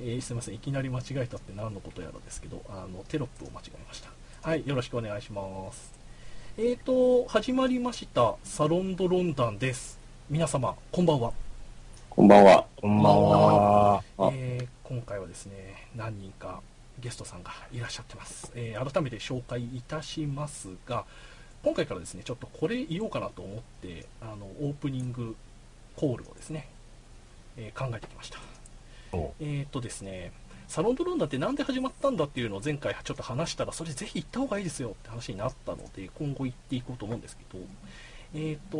えーすいませんいきなり間違えたって何のことやらですけどあのテロップを間違えましたはいよろしくお願いしますえーと始まりましたサロンドロンダンです皆様こんばんはこんばんは。こんばんは。あえー今回はですね何人かゲストさんがいらっしゃってます、えー改めて紹介いたしますが今回からですねちょっとこれ言おうかなと思ってあのオープニングコールをですね、えー考えてきましたおえーっとですねサロンドロンダってなんで始まったんだっていうのを前回ちょっと話したらそれぜひ行った方がいいですよって話になったので今後行っていこうと思うんですけどえー、と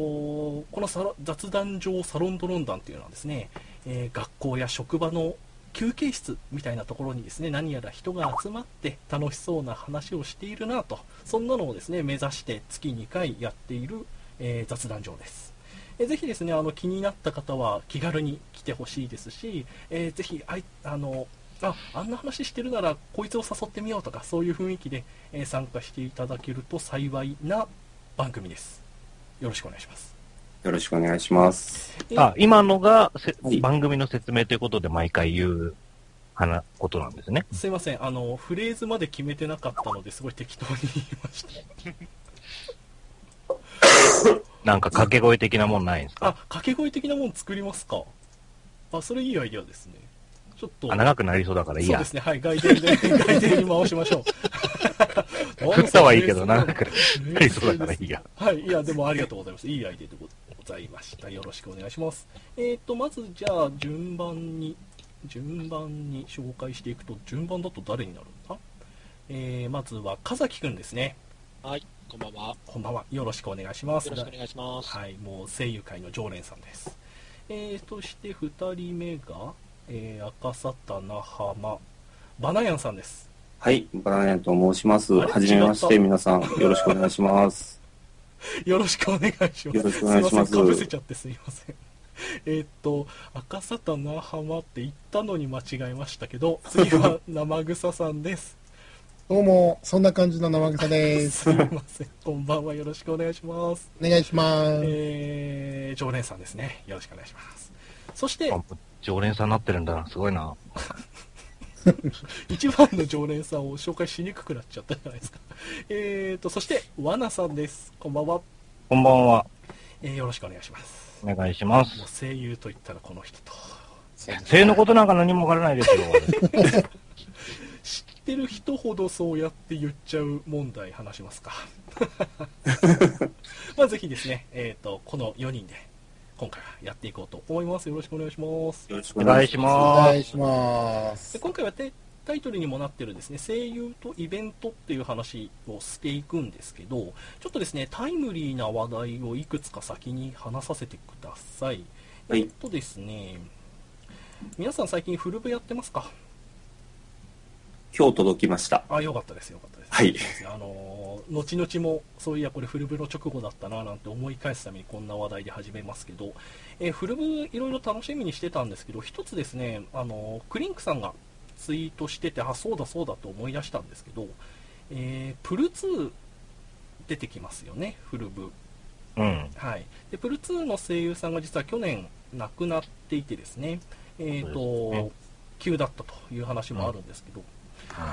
このサロ雑談上サロンドロンダンっていうのはですね、えー学校や職場の休憩室みたいなところにですね何やら人が集まって楽しそうな話をしているなとそんなのをですね目指して月2回やっている、えー雑談上です、えーぜひですねあの気になった方は気軽に来てほしいですし、えーぜひあいあのああんな話してるならこいつを誘ってみようとかそういう雰囲気で、えー参加していただけると幸いな番組ですよろしくお願いします。よろしくお願いします。あ、今のがせはい番組の説明ということで毎回言う話、ことなんですね。すいません、あの、フレーズまで決めてなかったので、すごい適当に言いました。なんか掛け声的なもんないんですあ、か掛け声的なもん作りますか。あ、それいいアイデアですね。ちょっとあ、、長くなりそうだからいいそうやで。すね、はい、外伝で、 外伝に回しま しょう。振ったはいいけ ど、な長んかくなりそうだからいいや。はい、いや、でもありがとうございます。いいアイデアでございました。よろしくお願いします。えっ、と、まずじゃあ、順番に、順番に紹介していくと、順番だと誰になるんだえー、まずは、かざきくんですね。はい、こんばんは。よこんばんは。よろしくお願いします。ろしくお願いします。はい、もう声優界の常連さんです。えー、そして2人目が、えー、赤沙汰那浜、バナヤンさんです。はい、バナナと申します。あれはじめまし違て、った皆さん。よろしくお願いします。よろしくお願いします。よろしくお願いしすいますません、かぶせちゃってすいません。えーっと、赤沙汰那浜って言ったのに間違えましたけど、次は生草さんです。どうも、そんな感じの生草です。すいません、こんばんは、よろしくお願いします。お願いします。えー、常連さんですね。よろしくお願いします。そして、 あ常連さんになってるんだな。すごいな。一番の常連さんを紹介しにくくなっちゃったじゃないですか。えーと、そして、わなさんです。こんばんは。こんばんは。えーよろしくお願いします。お願いしますもう。声優と言ったらこの人と。性のことなんか何もわからないですよ。 知ってる人ほどそうやって言っちゃう問題話しますか。まあぜひですね、えーと、この4人で今回はやっていこうと思います。よろしくお願いします。よろしくお願いしおま願いす。しますで。今回はテタイトルにもなってるですね声優とイベントっていう話をしていくんですけどちょっとですねタイムリーな話題をいくつか先に話させてください、はいえっとですね皆さん最近フルブやってますか今日届きました。あよかったですよかったです、はいですねあのー後々もそういやこれフルブの直後だったななんて思い返すためにこんな話題で始めますけど、えーフルブいろいろ楽しみにしてたんですけど一つですねあのークリンクさんがツイートしててあそうだそうだと思い出したんですけど、えープル2出てきますよねフルブうん。はい、でプル2の声優さんが実は去年亡くなっていてですね、えーそうですとね急だったという話もあるんですけど、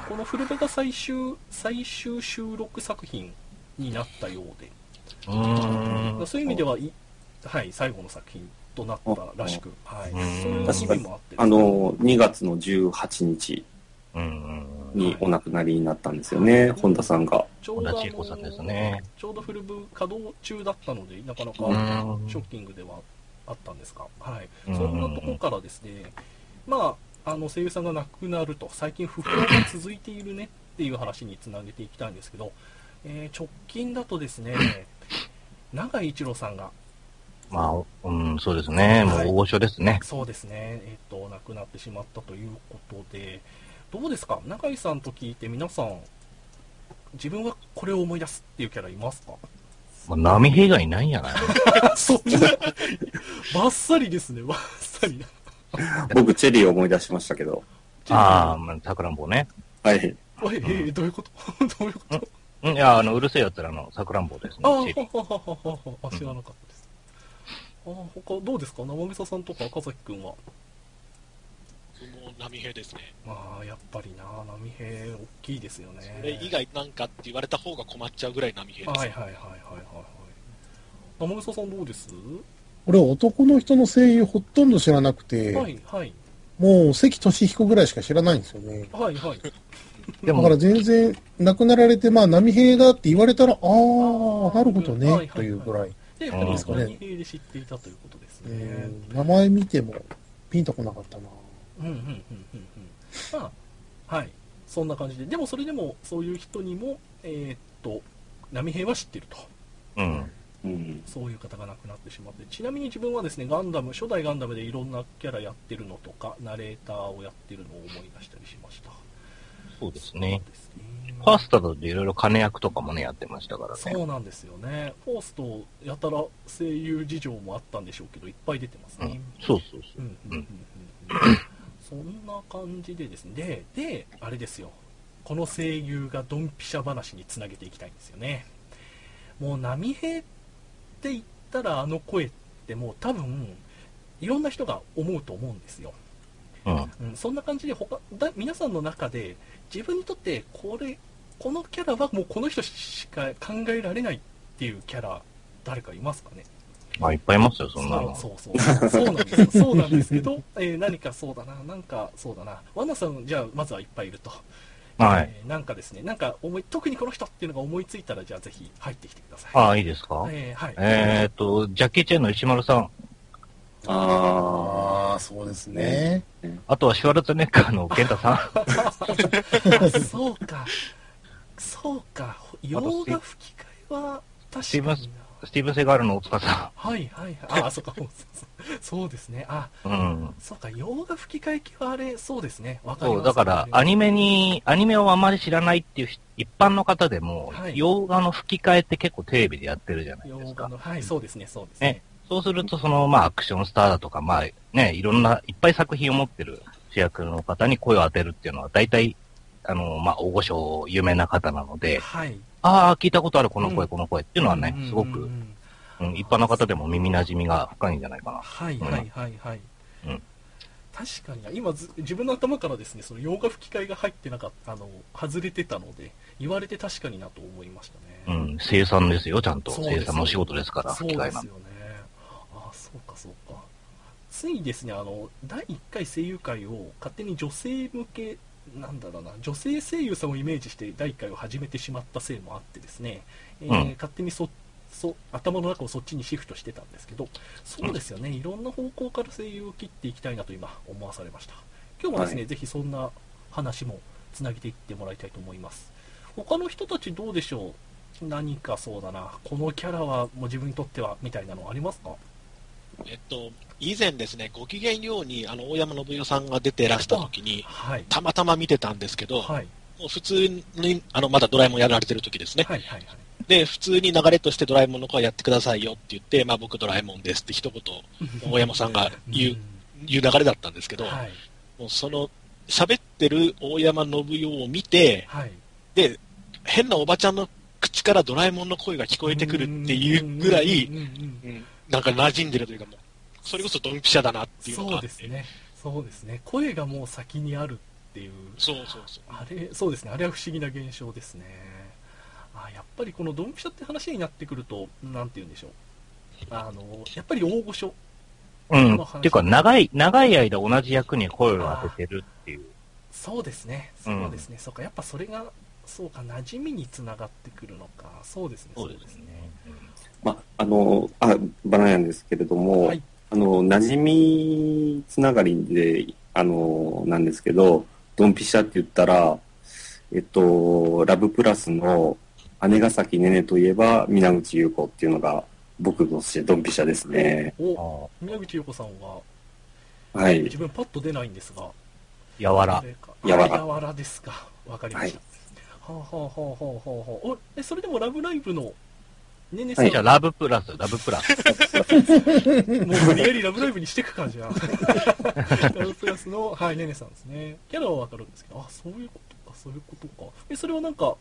この古部が最終最終収録作品になったようで、うーん。そういう意味ではい、はい、最後の作品となったらしく、はい、そううんいう意味もあってですね、あの、2月の18日うん。にお亡くなりになったんですよね、本田さんが。ちょうどあ同じ交差点ですねちょうど古部稼働中だったので、なかなかうんショッキングではあったんですが、はい、うんそんなとこからですね、まあ、あの声優さんが亡くなると、最近不況が続いているねっていう話につなげていきたいんですけど、えー直近だとですね、永井一郎さんが、まあ、うん、そうですね。もう大御所ですね。 そうですね、えっと亡くなってしまったということで、どうですか、永井さんと聞いて、皆さん、自分はこれを思い出すっていうキャラいます かまあ、波平以外いないんやない そんな、ばっさりですね、ばっさり。僕、チェリーを思い出しましたけど。ああ、まあ、さくらんぼね。はい。おい、えーどういうこと どういうことうん、いや、あの、うるせえやつらのさくらんぼですああ、はね。ははははあ、知らなかったです。ああ、他、どうですか生草さんとか赤崎くんは。僕も波平ですね。まあやっぱりな波平大きいですよねそれ以外なんかって言われた方が困っちゃうぐらい波平です。はいはいはいはいはいはい生草さんどうです、俺、男の人の声優ほとんど知らなくて、はいはいもう関俊彦ぐらいしか知らないんですよね。はいはいでだからも、全然、亡くなられて、まあ、波平だって言われたら、ああ、なるほどはいはいはいね、というぐらい。でやっぱありーその波平で知っていたということですね、うん名前見ても、ピンとこなかったな。うんうんうんうんうんまあはいそんな感じででもそれでもそういう人にもえーっと波平は知ってるとうん。うん。そういう方が亡くなってしまってちなみに自分はですねガンダム初代ガンダムでいろんなキャラやってるのとかナレーターをやってるのを思い出したりしましたそうですね。そうですねファーストだといろいろ金役とかもね、やってましたからそね。うなんですよねフォーストやたら声優事情もあったんでしょうけどいっぱい出てますうねん、そうそうそうう。んうんうんうんうんそんな感じでですねでであれですよこの声優がドンピシャ話につなげていきたいんですよねもう波平って言ったらあの声ってもう多分いろんな人が思うと思うんですよ、うん。うん、そんな感じで他だ皆さんの中で自分にとってこれこのキャラはもうこの人しか考えられないっていうキャラ誰かいますかねまあ、いっぱいいますよ、そんなの。そうそうそうそうなんですよそうなんですけど、 えー何かそうだななんかそうだなワナさんじゃあまずはいっぱいいると、はい。えーなんかですねなんか思い特にこの人っていうのが思いついたらじゃあぜひ入ってきてくださいああ、いいですかえーはい、えーっと、ジャッキー・チェンの石丸さん、あああ、そうですね。あとはシュワルツェネッガーの健太さん、 あそうかそうか洋画吹き替えはすい確かまにせなスティーブン・セガールの大塚さはいはいはいああそうかそうそうそうですねあん。うん。そうか洋画吹き替え系はあれそうですねわかりそますう、だから、アニメに、アニメをあまり知らないっていう人一般の方でも、はい洋画の吹き替えって結構テレビでやってるじゃない洋です画か。のはいそうですねそうですねねそうすると、その、まあ、アクションスターだとか、まあ、ね、いろんな、いっぱい作品を持ってる主役の方に声を当てるっていうのは、大体、あの、まあ、大御所、有名な方なので、はいああ、聞いたことある、このう声、んこの声っていうのはねうんうんうん、すごく、うん一般の方でも耳馴染みが深いんじゃないかな。はいはいはいはい、うん確かにな今ず自分の頭からですねその洋画吹き替えが入ってなかったあの外れてたので言われて確かになと思いましたうね、ん、生産ですよ、ちゃんと。そうです生産の仕事ですから、そう機で械すなよねんで。あそうかそうかついですねあの第1回声優会を勝手に女性向けなんだろうな女性声優さんをイメージして第1回を始めてしまったせいもあってですね、えーうん勝手にそそ頭の中をそっちにシフトしてたんですけどそうですよね、いろんな方向から声優を切っていきたいなと今思わされました今日もですね、はぜひそんな話もつなげていってもらいたいと思います他の人たちどうでしょう何かそうだなこのキャラはもう自分にとってはみたいなのありますかえっと、以前ですね、ご機嫌ように、あの、大山信代さんが出てらした時に、はいたまたま見てたんですけど、はいもう普通に、あの、まだドラえもんやられてる時ですね。はいはいはいで、普通に流れとしてドラえもんの声やってくださいよって言って、まあ僕ドラえもんですって一言、大山さんが言う、いう流れだったんですけうんど、はいもうその、喋ってる大山信代を見て、はいで、変なおばちゃんの口からドラえもんの声が聞こえてくるっていうぐらいうん、うんうんうんうんなんか馴染んでるというか、もう、それこそドンピシャだなっていうのがそあうって。ですねそうですね声がもう先にあるっていうそうそうそう。あれそうですねあれは不思議な現象ですねあやっぱりこのドンピシャって話になってくるとなんて言うんでしょうあのやっぱり大御所うん。の話っていうか、長い、長い間同じ役に声を当ててるっていう。そうですねそうですね、そうかやっぱそれがそうか馴染みにつながってくるのかそうですねそうですね。まあ、あの、あ、バナナなんですけれども、はいあの、馴染みつながりで、あの、なんですけど、ドンピシャって言ったら、えっと、ラブプラスの姉ヶ崎ねねといえば、皆口優子っていうのが、僕としてドンピシャですね。あおあ宮口優子さんははい自。分パッと出ないんですがやわらこ。れかやわらあやわらですかわかりました、はあ、はあはあはあはあはあおえそれでも「ラブライブ!」のねねさん、はいじゃあ、ラブプラス、ラブプラス。もう無理やりラブライブにしてくかじゃあラブプラスの、はい、ねねさんですね。キャラはわかるんですけど、あ、そういうことか、そういうことか。え、それはなんか、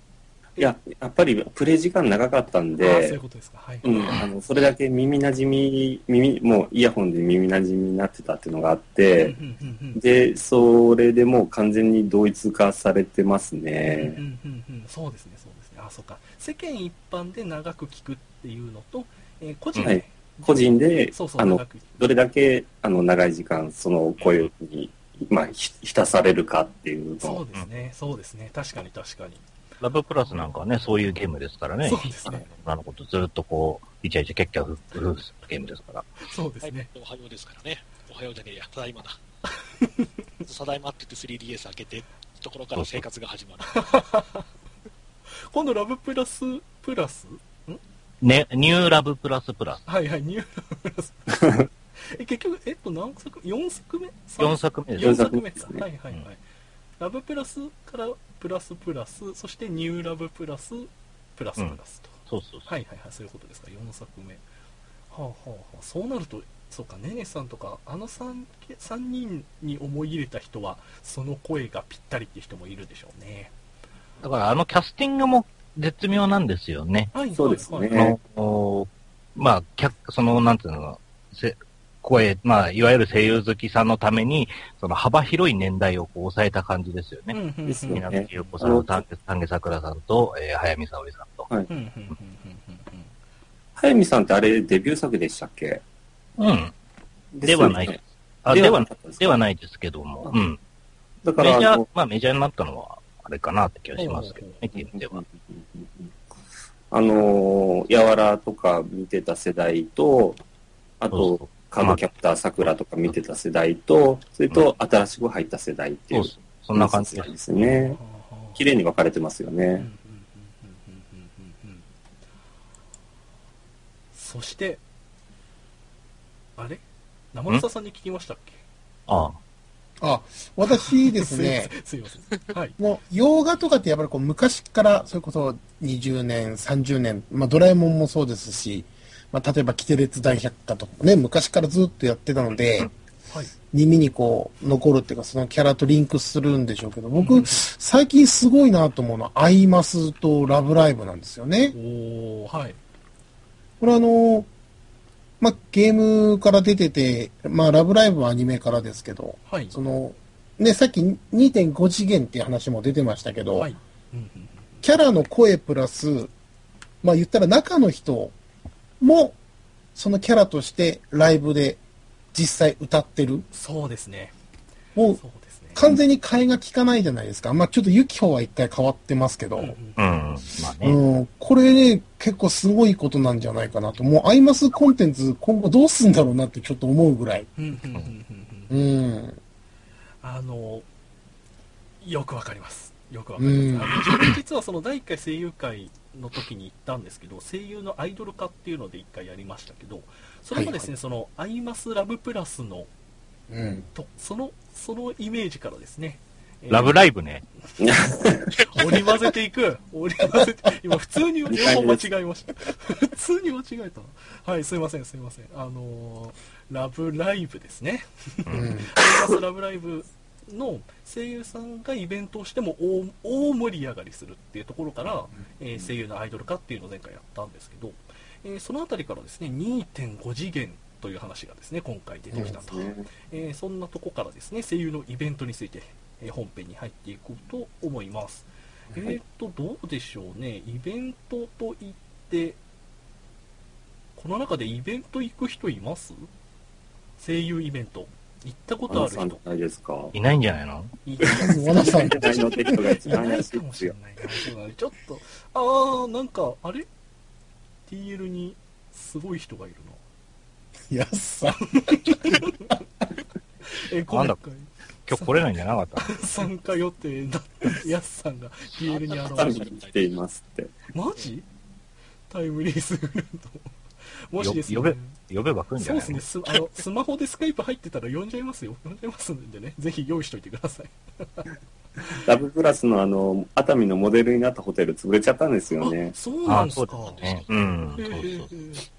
いや、やっぱりプレイ時間長かったんあーそういでう、ことですか。はい。うん、あのそれだけ耳なじみ、耳、もうイヤホンで耳なじみになってたっていうのがあっうて、んうんうんうんで、それでもう完全に同一化されてますうね。んうんうんうんそうですね、そうですね。あ、そうか。世間一般で長く聞くっていうのと、えー個人で、はい個人でそう、そう、あの長、く聞く。どれだけあの長い時間その声に、まあ、ひ浸されるかっていうそうのですね、そうですね。確かに確かに。ラブプラスなんかはね、そういうゲームですからね。そうですね。女の子とずっとこう、イチャイチャキャッキャフフフするゲームですから。そうですね。おはようですからね。おはようじゃねえや。ただ いまだ。ただいまって言って 3DS 開けて、ところから生活が始まる。今度、ラブプラスプラスね、ニューラブプラスプラス。はいはい、ニューラブプラス。え結局、えっと、何作目 ?4 作目4作目です4よ。作目か四作目です。ねはいはいはい。うんラブプラスからプラスプラス、そしてニューラブプラスプラスプラスと。そうそうそう。はいはいはい、そういうことですか、4作目。はあはあはあ、そうなると、そうか、ねねさんとか、あの 3, 3人に思い入れた人は、その声がぴったりって人もいるでしょうね。だからあのキャスティングも絶妙なんですよね。はい、そうですねはいあの、おまあ、キャその、なんていうの、せ声、まあ、いわゆる声優好きさんのために、その幅広い年代をこう抑えた感じですようんね。うんうんですうんね稲垣陽子さん、丹下丹下桜さんと、えー早見沙織さんと。うんうんうんうんうん早見さんってあれデビュー作でしたっけうん。ではないですあよねではかったですかではないですけども、うん。だかメらジャあーの、まあメジャーになったのは、あれかなって気がしますけどね、ゲームでは。あのやわらとか見てた世代とあそうとそうカードキャプターさくらとか見てた世代とそれと新しく入った世代っていそううそうそんな感じで。ですすはあねはあ綺麗に分かれてますようんうんうんうんね、うんうんうんそして、あれ生田さんに聞きましたっけああ、私 ですね、すいません。すいませんはい。もう洋画とかってやっぱりこう昔からそれこそ20年、30年、まあ、ドラえもんもそうですし、まあ、例えば「キテレツ大百科」とかね昔からずっとやってたので、はい。耳にこう残るっていうかそのキャラとリンクするんでしょうけど僕最近すごいなと思うのは「アイマス」と「ラブライブ」なんですよね。おー、はい。これあの、まあ、ゲームから出てて、まあ、ラブライブはアニメからですけど、はい。その、ね、さっき2.5次元っていう話も出てましたけど、はい。うんうんキャラの声プラス、まあ、言ったら中の人も、そのキャラとしてライブで実際歌ってる。そうですね。もうそうですね。完全に替えが効かないじゃないですか。まあ、ちょっとユキホは一回変わってますけど、うんうん。まあね。うん、これね、結構すごいことなんじゃないかなと。もう、アイマスコンテンツ、今後どうすんだろうなってちょっと思うぐらい。うんうんうんうんうんうん。あの、よくわかります。よくわかりうんます。あの自分実はその第1回声優会の時に行ったんですけど、声優のアイドル化っていうので1回やりましたけど、それもですね、その、アイマスラブプラスの、うん。とその、そのイメージからですね、えーラブライブね。織り交ぜていく織り交ぜて今普通に両方間違えました 普通に間違えたなはいすいませんすいませんあのーラブライブですね うん。アイマスラブライブの声優さんがイベントをしても大大盛り上がりするっていうところから、えー声優のアイドル化っていうのを前回やったんですけど、えーそのあたりからですね2.5次元という話がですね今回出てきたと、えーそんなとこからですね声優のイベントについて、えー本編に入っていこうと思いますえっ、ー、とどうでしょうねイベントといってこの中でイベント行く人います声優イベント行ったことあ皆る人さんじゃないですかいないんじゃないのい和田さん、世代のテ人が一い 番ない安いかでもすしれよないなそうだねちょっとああなんかあれ TL にすごい人がいるなやっさ。えーな今んだ回今日来れないんじゃなかった参加予定だったやすさんが TL に現れサるミに来ていますってマジタイムリースグループもしですねよ呼べの呼べば来るんじそゃうでないすねスあ のスマホでスカイプ入ってたら呼んじゃいますよ呼んじゃいますんでねぜひ用意しといてくださいラブプラスのあの熱海のモデルになったホテル潰れちゃったんですよねあそうあなあんー、でそすうかですね。うん。へそうそうー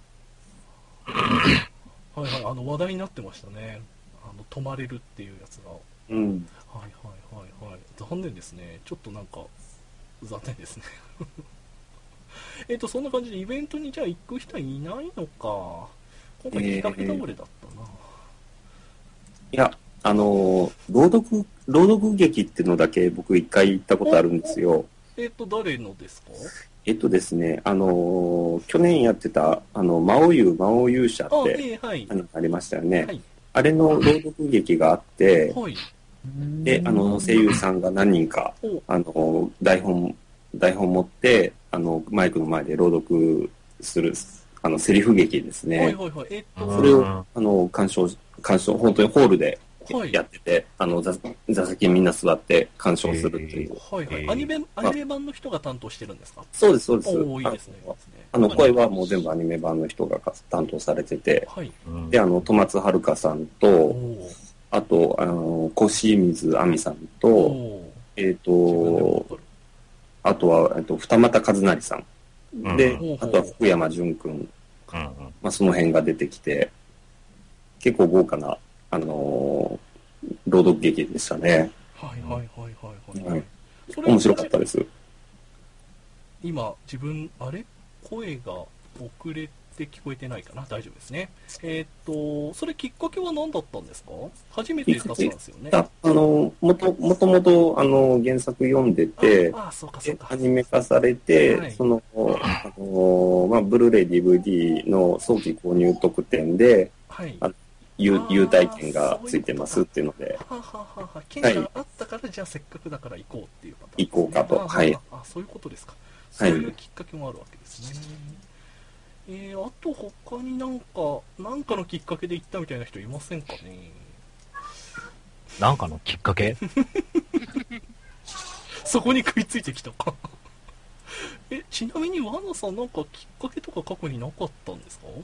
はいはいあの話題になってましたねあの泊まれるっていうやつがうんはいはいはいはい残念ですねちょっとなんか残念ですね えっとそんな感じでイベントにじゃあ行く人はいないのか今回企画倒れだったな、いや、あのー朗読、朗読劇っていうのだけ僕一回行ったことあるんですよ。えっと誰のですかえっとですね、あのー去年やってた、あの、魔王優、魔王勇者あっ、て、ええはいあのありましたよね。はいあれの朗読劇があって、はいで、あの、声優さんが何人かお、あの、台本、台本持って、あの、マイクの前で朗読する、あの、セリフ劇ですはいね。はいはいえっとそれを、あの、鑑賞、鑑賞、本当にホールではいやってて、あの、座座席にみんな座って鑑賞するっていう。はいはい、えーアニメアニメ版の人が担当してるんですかそうです、そうです。おおいいですねいいあのですねあの、声はもう全部アニメ版の人が担当されてて、はいうんで、あの、戸松遥さんおと、ーあと、あの、越水亜美さんおと、おえっ自分でとも、撮るあとは、えっと、二俣和成さん。うんでほう、ほあうとは福山潤くん。うんうんまあ、その辺が出てきて、結構豪華な、あのー朗読劇でしたね。はいはいはいはいはい、はいそれ面白かったです。今自分あれ声が遅れて聞こえてないかな大丈夫ですねえーっとそれきっかけは何だったんですか初めてだったんですよねだあのーもと、もともと、あのー原作読んでて、ああそうかそうでかアニメ化されて、はいその、あのーまあ、ブルーレイ DVD の早期購入特典で、はいあはの優あー優待券がついてますっていうので、ははは件があったから、じゃあせっかくだから行こうっていうパターンですね、行こうかとあーはいあーそういうことですかそはういいうきっかけもあるわけですね、えー、あと他になんかなんかのきっかけで行ったみたいな人いませんかねなんかのきっかけそこに食いついてきた かえちなみにワナさんなんかきっかけとか過去になかったんですかなん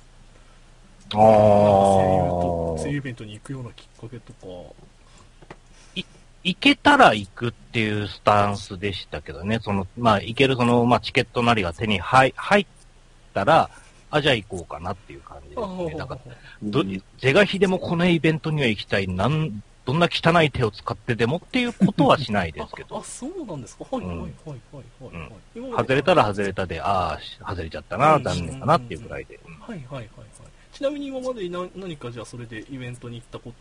かあ声優と声優ーイベントに行くようなきっかけとか行けたら行くっていうスタンスでしたけどね、その、まあ、行けるその、まあ、チケットなりが手に入入ったら、あ、じゃあ行こうかなっていう感じですね。だから、ど、是が非でもこのイベントには行きたい、なん、どんな汚い手を使ってでもっていうことはしないですけ ああど、そうなんですかはいはいはいはいはい、はい今まで外れたら外れたで、ああ、し外れちゃったな、残念だなっていうぐらいで。はいはいはいはいちなみに今までな何かじゃあそれでイベントに行ったこ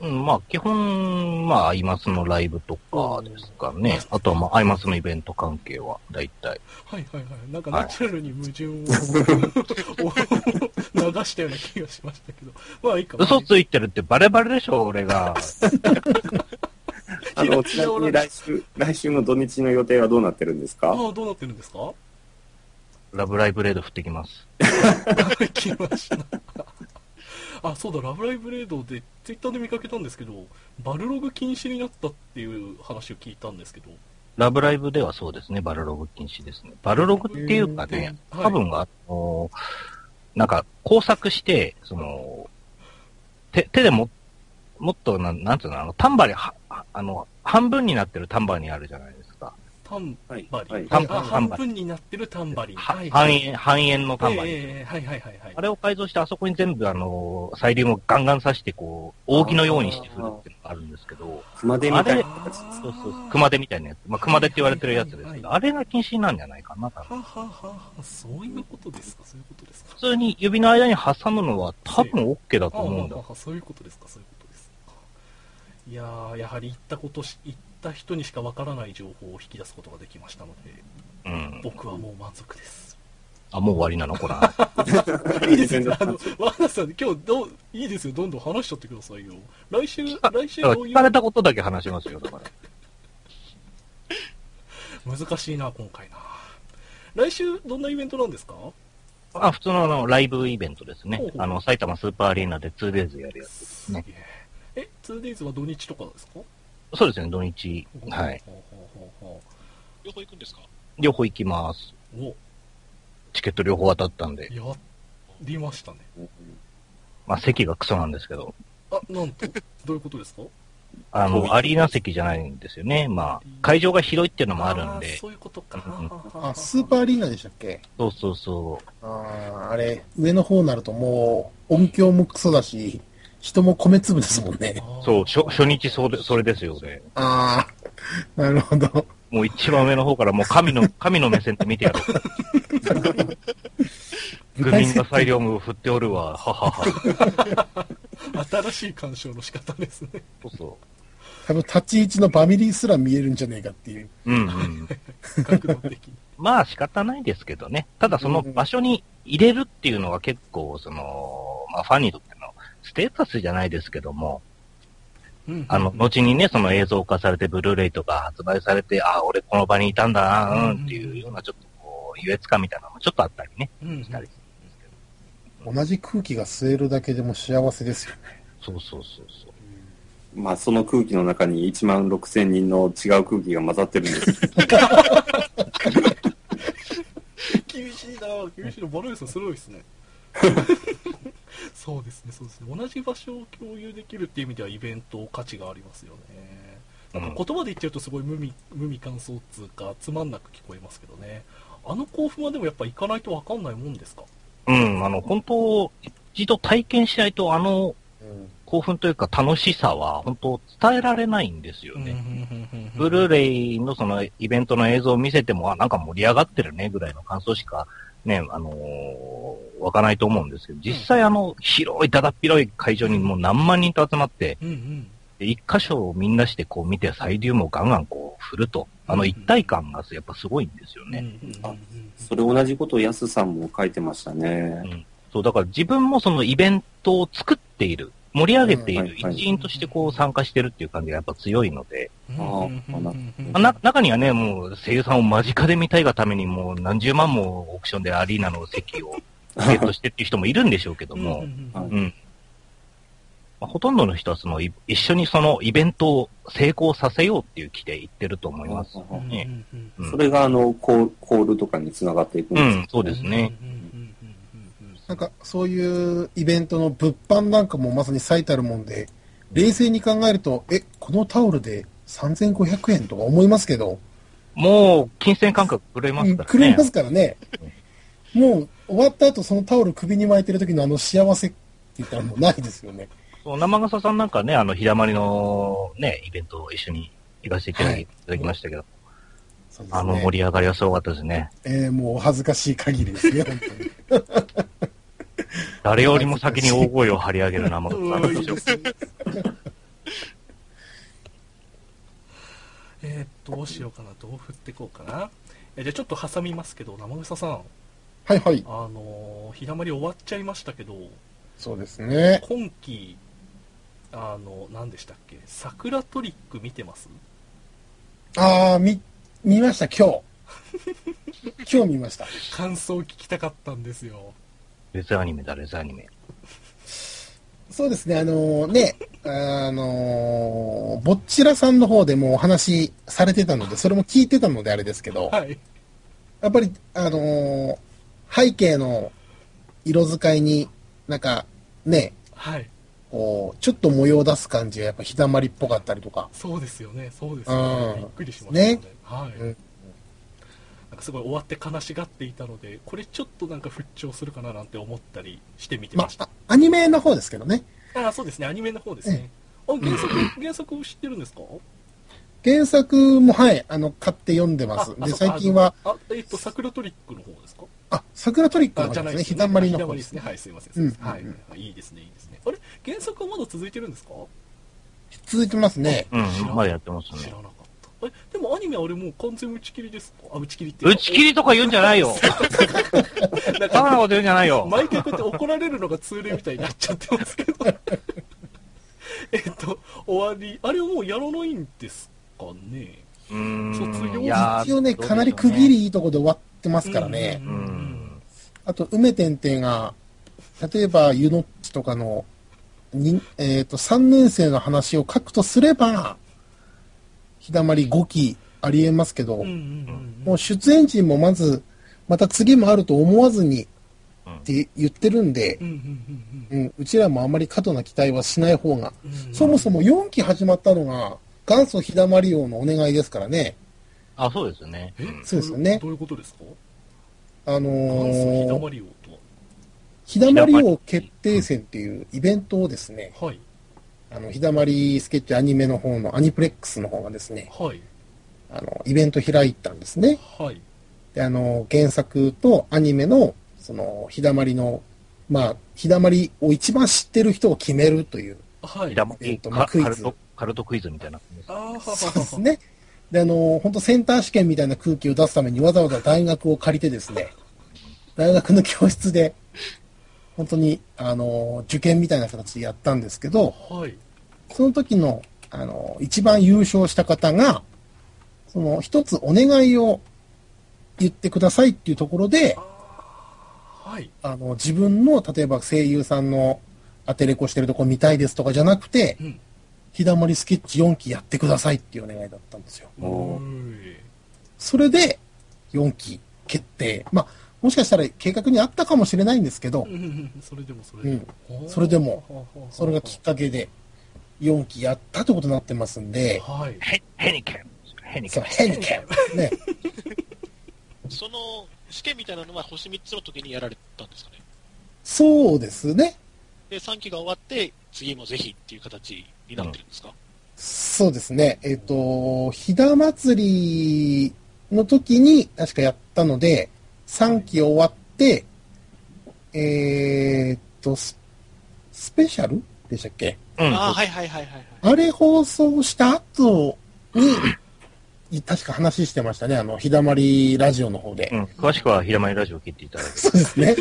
とうん、まあ、基本、まあ、アイマスのライブとかですかね。あとは、まあ、アイマスのイベント関係は、だいたい。ははいはいはいなんかはいナチュラルに矛盾を を流したような気がしましたけどまあいいかも嘘ついてるってバレバレでしょ、俺が。あの、ちなみに来週、来週の土日の予定はどうなってるんですかああどうなってるんですかラブライブレード降ってきます。来ました。あ、そうだ、ラブライブレードで、ツイッターで見かけたんですけど、バルログ禁止になったっていう話を聞いたんですけど、ラブライブではそうですね、バルログ禁止ですね。バルログっていうかね、うん多分あのーなんか工作して、その、手、手でも、もっとなん、なんていうの、あの、タンバリン、ははあの、半分になってるタンバリンあるじゃないですか。タンはい。バリン。はいあ、タン半分になってるタンバリン。ははい半はい。円、半円のタンバリン。ええはいはいはいはいあ。れを改造して、あそこに全部、あのー、細粒をガンガン刺して、こう、扇のようにして振るっていうのがあるんですけど、熊手みたいなあ形。ーそうそう、熊手みたいなやつ。まあ、熊手って言われてるやつではすいはけいはいど、あれが禁止なんじゃないかな、多分はははは、そういうことですか、そういうことですか。普通に指の間に挟むのは多分 OK だと思うんだあ。あああそういうことですか、そういうことですか。いやー、やはり行ったことし、行った人にしかわからない情報を引き出すことができましたので、うん。僕はもう満足です。あ、もう終わりなのこら。いいですよ、あの、ワナさん、今日どう、いいですよ、どんどん話しちゃってくださいよ。来週、来週どうい聞かれう、たことだけ話しますよ、だから。難しいな、今回な。来週、どんなイベントなんですかあ、普通のあの、ライブイベントですねほうほ。うあの、埼玉スーパーアリーナで 2days やるやつ。すげねえ。え、2days は土日とかですかそうですね、土日。はい。。ほうほうほうほ両方行くんですか両方行きます。うお、チケット両方当たったんで。やりましたね。まあ、席がクソなんですけど。あ、なん と、どういうことですかあの、アリーナ席じゃないんですよね。まあ、会場が広いっていうのもあるんーで。そういうことか。うんうんあ、スーパーアリーナでしたっけそうそうそう。あーあれ、上の方になるともう音響もクソだし、人も米粒ですもんね。あーそう、初初日そうで、それですよね。ああ、なるほど。もう一番上の方からもう神 の、神の目線で見てやろう。舞愚台民が設裁定量を振っておるわ、ははは。新しい鑑賞の仕方ですね。そうそ多分立ち位置のバミリーすら見えるんじゃねえかっていう。う。うんうん。角度的に。まあ仕方ないですけどね。ただその場所に入れるっていうのは結構、その、まあファンにとってのステータスじゃないですけども、うんあの、後にね、その映像化されて、ブルーレイとか発売されて、ああ、俺この場にいたんだな、うん、っていうような、ちょっとこう、優越感みたいなのもちょっとあったりね、うんしたりするんですけど。同じ空気が吸えるだけでも幸せですよね。そうそうそうそう。まあ、その空気の中に1万6千人の違う空気が混ざってるんです。厳しいな厳しいなバラエさんすごいですねそうですねそうですね同じ場所を共有できるっていう意味ではイベント価値がありますよねうなんんか言葉で言っちゃうとすごい無味無味感想っつうかつまんなく聞こえますけどねあの興奮はでもやっぱ行かないとわかんないもんですかうん、あの、本当、一度体験しないと、あの、うん興奮というか楽しさは、本当、伝えられないんですよね。ブルーレレイのそのイベントの映像を見せても、あ、なんか盛り上がってるね、ぐらいの感想しか、ね、あのー湧かないと思うんですけど、実際あの、広い、だだっ広い会場にもう何万人と集まって、イうんうんで一箇所をみんなしてこう見て、サイリウムをガンガンこう振ると、あの一体感がやっぱすごいんですよね。うんうんうんあ それ同じことを安さんも書いてましたね。そう、だから自分もそのイベントを作っている、盛り上げていうんるはいは、い一員としてこう参加してるっていう感じがやっぱ強いので、うんああなうんまあな中にはね、もう声優さんを間近で見たいがためにもう何十万もオークションでアリーナの席をゲットしてっていう人もいるんでしょうけどうもんう、んはいうん。まあ、ほとんどの人はそのい一緒にそのイベントを成功させようっていう気で行ってると思います。うんうんねうんうんそれがあのコー、コールとかにつながっていくんうですん、そうですね。うんうんうんうんうんなんか、そういうイベントの物販なんかもまさに最たるもんで、冷静に考えると、え、このタオルで3500円とか思いますけど、もう金銭感覚狂いますからね。くれますからね。もう、終わった後、そのタオル首に巻いてる時のあの幸せって言ったらもうないですよね。そう生笠さんなんかね、あの、日だまりのね、イベントを一緒に行かせていただき,、はいい、ただきましたけど、そうですねあの盛り上がりはすごかったですね。えーもうお恥ずかしい限りです ね、本当に。誰よりも先に大声を張り上げる生笠さんうんでいいす よで。すねえーどうしようかな、どう振ってこうかな。えじゃあちょっと挟みますけど、生草さん、はいはいあ。のー、日だまり終わっちゃいましたけど、そうですね。今期、あの、何でしたっけ、桜トリック見てますあー、見、見ました、今日。今日見ました。感想聞きたかったんですよ。レザーアニメだ、レザーアニメ。そうですね、あのね、あのぼっちらさんの方でもお話しされてたので、それも聞いてたのであれですけど、はい。やっぱり、あの背景の色使いになんかね、はい。こう、ちょっと模様出す感じがやっぱ日だまりっぽかったりとか、そうですよね、そうですようね。んびっくりしましたね。ねはい。うんなんかすごい終わって悲しがっていたので、これちょっとなんか復調するかななんて思ったりして見てまました。あ、アニメの方ですけどね、ああ、そうですね、アニメの方ですね。あ、原作、原作を知ってるんですか原作もはい、あの、買って読んでます。あで、そう最近は、あ、あえっと、桜トリックの方ですかあ、桜トリックあ、のじ方ゃでないですすね、日だまりひのだ方までりすですね。はい、すいません。うんうんうんはいはい。いいですね、いいですね。あれ原作はまだ続いてるんですか続いてますね。うん、まだやってます知らねな。かった。え、でもアニメあれもう完全打ち切りですかあ、打ち切りっていう打か。ち切りとか言うんじゃない よなんバカなかこと言うんじゃないよ毎回こうやって怒られるのが通例みたいになっちゃってますけど。 えっと、終わり。あれはもうやらないんですかねうーん卒業いやー一応ね、どうでしょうかなり区切りいいとこで終わってますからね。ううんうんうんん。あと、梅天てが、例えば、湯のっちとかの、にえっ、と、3年生の話を書くとすれば、日だまり5期ありえますけど、うんうんうんうんもう出演陣もまず、また次もあると思わずにって言ってるんでう、んうんうんうん、うちらもあんまり過度な期待はしない方が、うんそもそも4期始まったのが、元祖日だまり王のお願いですからね、あ、そうですね。えうんそうですよねどういうことですかあの元祖日だー、まり王と日だまり王決定戦っていうイベントをですね、は。はい。あの、日だまりスケッチアニメの方のアニプレックスの方がですね、はい。ああの、イベント開いたんですね。はい。で、あの、原作とアニメの、その、日だまりの、まあ、日だまりを一番知ってる人を決めるという、はひい。だあまえりっとかまあクイカズルト、カルトクイズみたいな。あはははそうですね。で、あの、本当センター試験みたいな空気を出すためにわざわざ大学を借りてですね、大学の教室で、本当に、あの、受験みたいな形でやったんですけど、はい。その時の、あの、一番優勝した方が、その、一つお願いを言ってくださいっていうところで、はい。あの、自分の、例えば声優さんのアテレコしてるとこ見たいですとかじゃなくて、うん。日だまりスケッチ4期やってくださいっていうお願いだったんですよ。おーそれで、4期決定。まあ、もしかしたら計画にあったかもしれないんですけどうん、うんうん それでもそれでも。それでもははははそれがきっかけで4期やったってことになってますんで、はい。ヘヘニケン。ヘニケそンう、。変にけん。ね。その試験みたいなのは星3つの時にやられたんですかね。そうですね。で、3期が終わって、次もぜひっていう形になってるんですか、そうですね。えっ、と、ひだ祭りの時に確かやったので、3期終わって、えーっとス、スペシャルでしたっけうん。ああ、はいはいはいはいはい。あれ放送した後に、確か話してましたね。あの、ひだまりラジオの方で。うん詳しくは、ひだまりラジオを聞いていただいて。そうですね。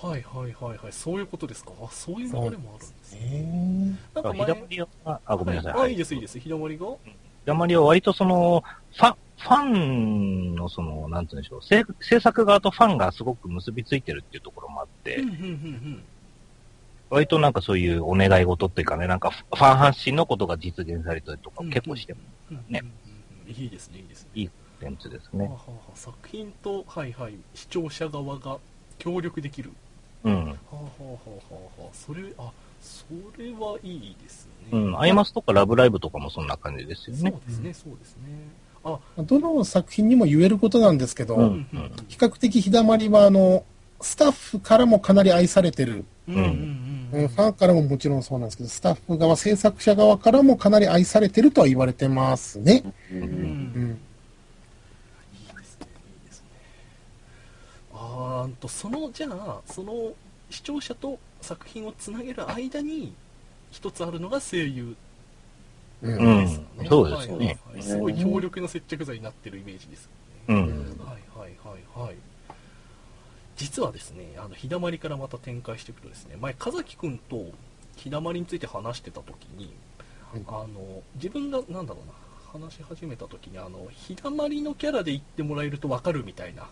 はいはいはいはい。そういうことですか。あそういう流れもあるんですね。なんあかひだまりは、あ、ごめんなさい。は。はあ、いいいい。ですいいです。ひだまりが。ひだまりは割とその、ファン、ファンのその、なんて言うんでしょう制、制作側とファンがすごく結びついてるっていうところもあって、うんうんうん割となんかそういうお願い事っていうかね、なんかファン発信のことが実現されたりとかうん。結構してるうんうんうん。ねいいですねいいですね。点ですはねは。は作品と、はいはい、視聴者側が協力できる。うん。はあ、はあはあはあはあ、それ、あ、それはいいですね。うん。アイマスとかラブライブとかもそんな感じですよそうね。ですね、そうですね。どの作品にも言えることなんですけど、ううんん比較的ひだまりは、あの、スタッフからもかなり愛されてるうんんうんうんうんファンからももちろんそうなんですけど、スタッフ側、制作者側からもかなり愛されてるとは言われてますね。ううんんうん。いいですね、いいですね。あーんと、その、じゃあ、その、視聴者と作品をつなげる間に、一つあるのが声優う。うんんですよね。そうですよねはいはいはいすごい強力な接着剤になってるイメージですよね。うん。はいはいはいはい実はですねあの日だまりからまた展開していくとですね前風木君と日だまりについて話してた時にうんあの自分がなんだろうな話し始めた時にあの日だまりのキャラで言ってもらえると分かるみたいな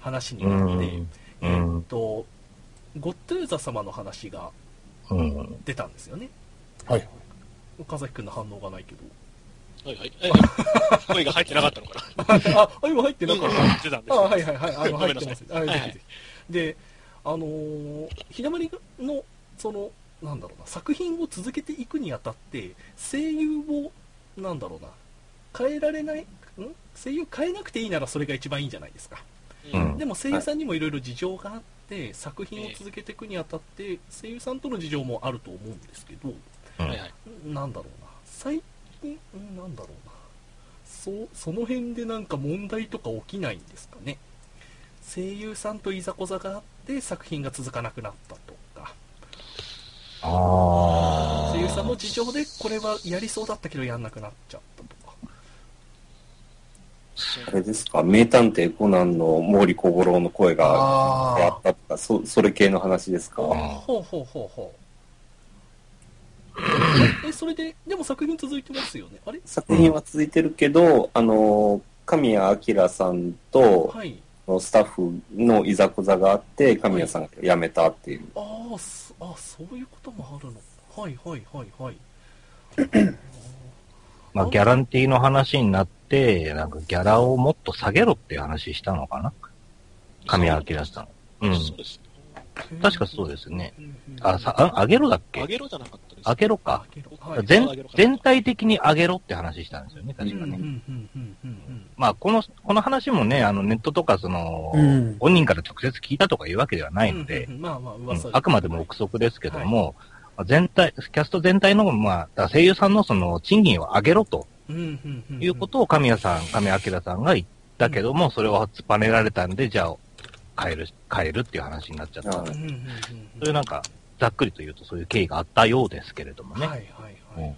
話にうなっん。て、うえっん。とゴッドゥーザ様の話がうん。出たんですよねはい。岡崎君の反応がないけどはいはい。え 声が入ってなかったのかなあ あ今入ってなかった入ってたんですあよはいはいはい、あのご入めっんてまなさいす。はい、はぜいひぜひ。で、あのー、ひだまりの、その、なんだろうな、作品を続けていくにあたって、声優を、なんだろうな、変えられない、ん声優変えなくていいならそれが一番いいんじゃないですか。うんでも声優さんにもいろいろ事情があって、作品を続けていくにあたって、声優さんとの事情もあると思うんですけど、うはいんは。い。なんだろうな、最近、んなんだろうな、そその辺でなんか問題とか起きないんですかね。声優さんといざこざがあって作品が続かなくなったとか、ああ。声優さんの事情でこれはやりそうだったけどやんなくなっちゃったとか。そうあれですか、名探偵コナンの毛利小五郎の声がああったとか、そそれ系の話ですか。あほうほうほうほ う。え、それで、でも作品続いてますよね。あれ作品は続いてるけど、あの、神谷明さんとはい。スタッフのいざこざがあって、神谷さんが辞めたっていう。ああ、すあそういうこともあるの。はいはいはいはい。まあ、ギャランティーの話になって、なんかギャラをもっと下げろっていう話したのかな神谷明さん。うん。そうです。確かそうですね。うんうんうんあ、さ、あ、上げろだっけあげろじゃなかったです上げろあか。げろはい全上げろか全体的に上げろって話したんですよね、確かうね。んうんうんうんうんまあ、この、この話もね、あの、ネットとか、その、うん本人から直接聞いたとかいうわけではなういんので、うんうんまあまあうん噂あくまでも憶測ですけども、まあ全体、キャスト全体の、まあ、だから声優さんのその賃金を上げろとうんうんうんうんいうことを神谷さん、神谷明さんが言ったけども、それを突っぱねられたんで、じゃあ、変える、変えるっていう話になっちゃった。あうんうんうんうんそういうなんか、ざっくりと言うとそういう経緯があったようですけれどもね。はいはいはいはい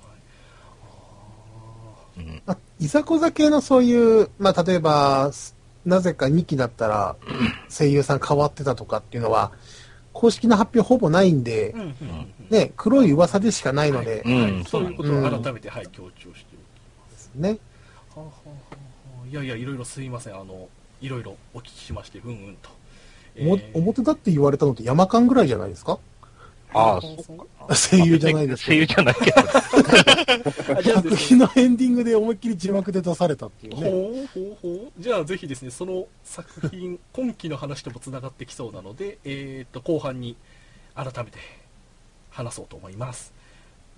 うん、あいざこざ系のそういう、まあ、例えば、すなぜか2期だったら声優さん変わってたとかっていうのは、公式な発表ほぼないんでう、んうんうんうんね、黒い噂でしかないので、うん、そういうこことを改めて、はい、強調してね。おくはあはあはあはあいやいや、いろいろすいません、あの、いろいろお聞きしまして、うんうんと。もえー表だって言われたのって山間ぐらいじゃないですかああ、声優じゃないです声優じゃないけど。あじゃあ作ですね品のエンディングで思いっきり字幕で出されたっていうね。ほうほうほう。じゃあ、ぜひですね、その作品、今期の話ともつながってきそうなので、えー、と、後半に改めて話そうと思います。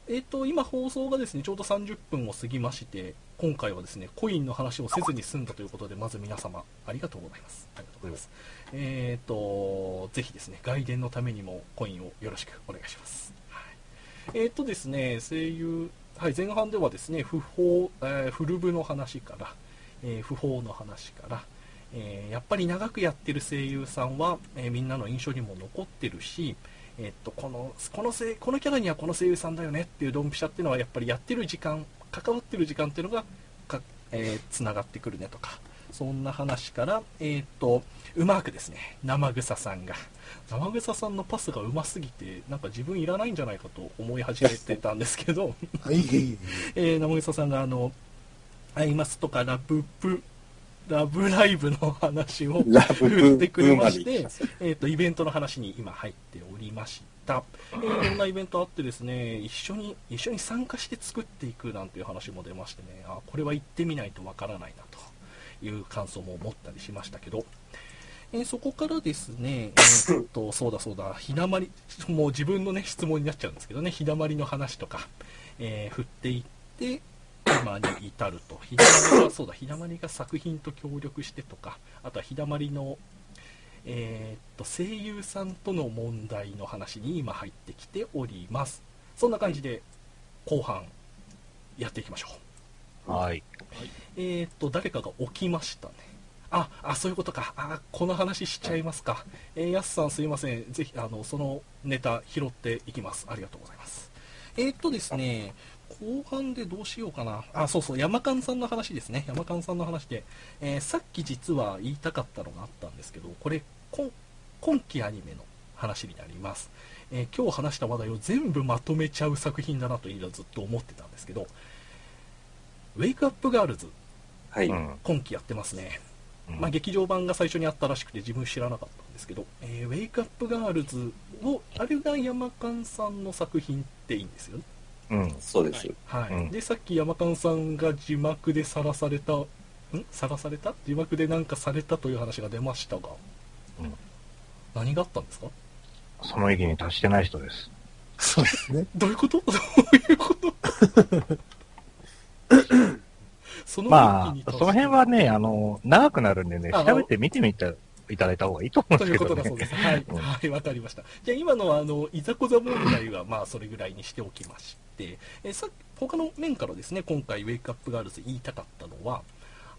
えっ、と、今放送がですね、ちょうど30分を過ぎまして、今回はですね、コインの話をせずに済んだということで、まず皆様、ありがとうございます。ありがとうございます。えっ、と、ぜひですね、外伝のためにもコインをよろしくお願いします。はいえーっとですね、声優、はい、前半ではですね、不法、えー古部の話から、えー不法の話から、えーやっぱり長くやってる声優さんは、えーみんなの印象にも残ってるし、えーっとこのこの声このキャラにはこの声優さんだよねっていうドンピシャっていうのはやっぱりやってる時間関わってる時間っていうのがか、えー繋がってくるねとかそんな話から、えーっとうまくですね生草さんが生草さんのパスがうますぎてなんか自分いらないんじゃないかと思い始めてたんですけどはい、いえいえー、生草さんがあの、アイマスとかラブプ、ラブライブの話をラブブ振ってくれーまましでて、えっ、と、イベントの話に今入っておりました。えーいろんなイベントあってですね、一緒に、一緒に参加して作っていくなんていう話も出ましてね、あ、これは行ってみないとわからないなという感想も持ったりしましたけど、えーそこからですね、えーっ と、そうだそうだ、ひなまり、もう自分のね、質問になっちゃうんですけどね、ひだまりの話とか、えー振っていって、今に至ると。ひだまりが、そうだ、ひだまりが作品と協力してとか、あとはひだまりの、えーっと、声優さんとの問題の話に今入ってきております。そんな感じで、後半、やっていきましょう。はい。えーっと、誰かが起きましたね。あ、あ、そういうことか。あ、この話しちゃいますか。えー、やすさんすいません。ぜひ、あの、そのネタ拾っていきます。ありがとうございます。えーっとですね、後半でどうしようかな。あ、そうそう、山間さんの話ですね。山間さんの話で、えーさっき実は言いたかったのがあったんですけど、これ、今今期アニメの話になります。えー今日話した話題を全部まとめちゃう作品だなと今ずっと思ってたんですけど、ウェイクアップガールズはい。うん今期やってますね、うんまあ、劇場版が最初にあったらしくて自分知らなかったんですけど「えーウェイクアップガールズを」あれが山勘さんの作品っていいんですよね、うん。そうです。はいうんでさっき山勘さんが字幕でさらされたんさらされた字幕でなんかされたという話が出ましたが、うん何があったんですかその域に達してない人です。そうです ね。どういうことどういうこと そのま域にあ、達そしの辺はね、あの、長くなるんでね、あの調べて見てみたいただいた方がいいと思うんとでいうすけことどだそうね。です。はい、うんはい、わかりました。じゃあ今のあのいざこざ問題はまあそれぐらいにしておきまして、えさ他の面からですね、今回ウェイクアップガールズ言いたかったのは、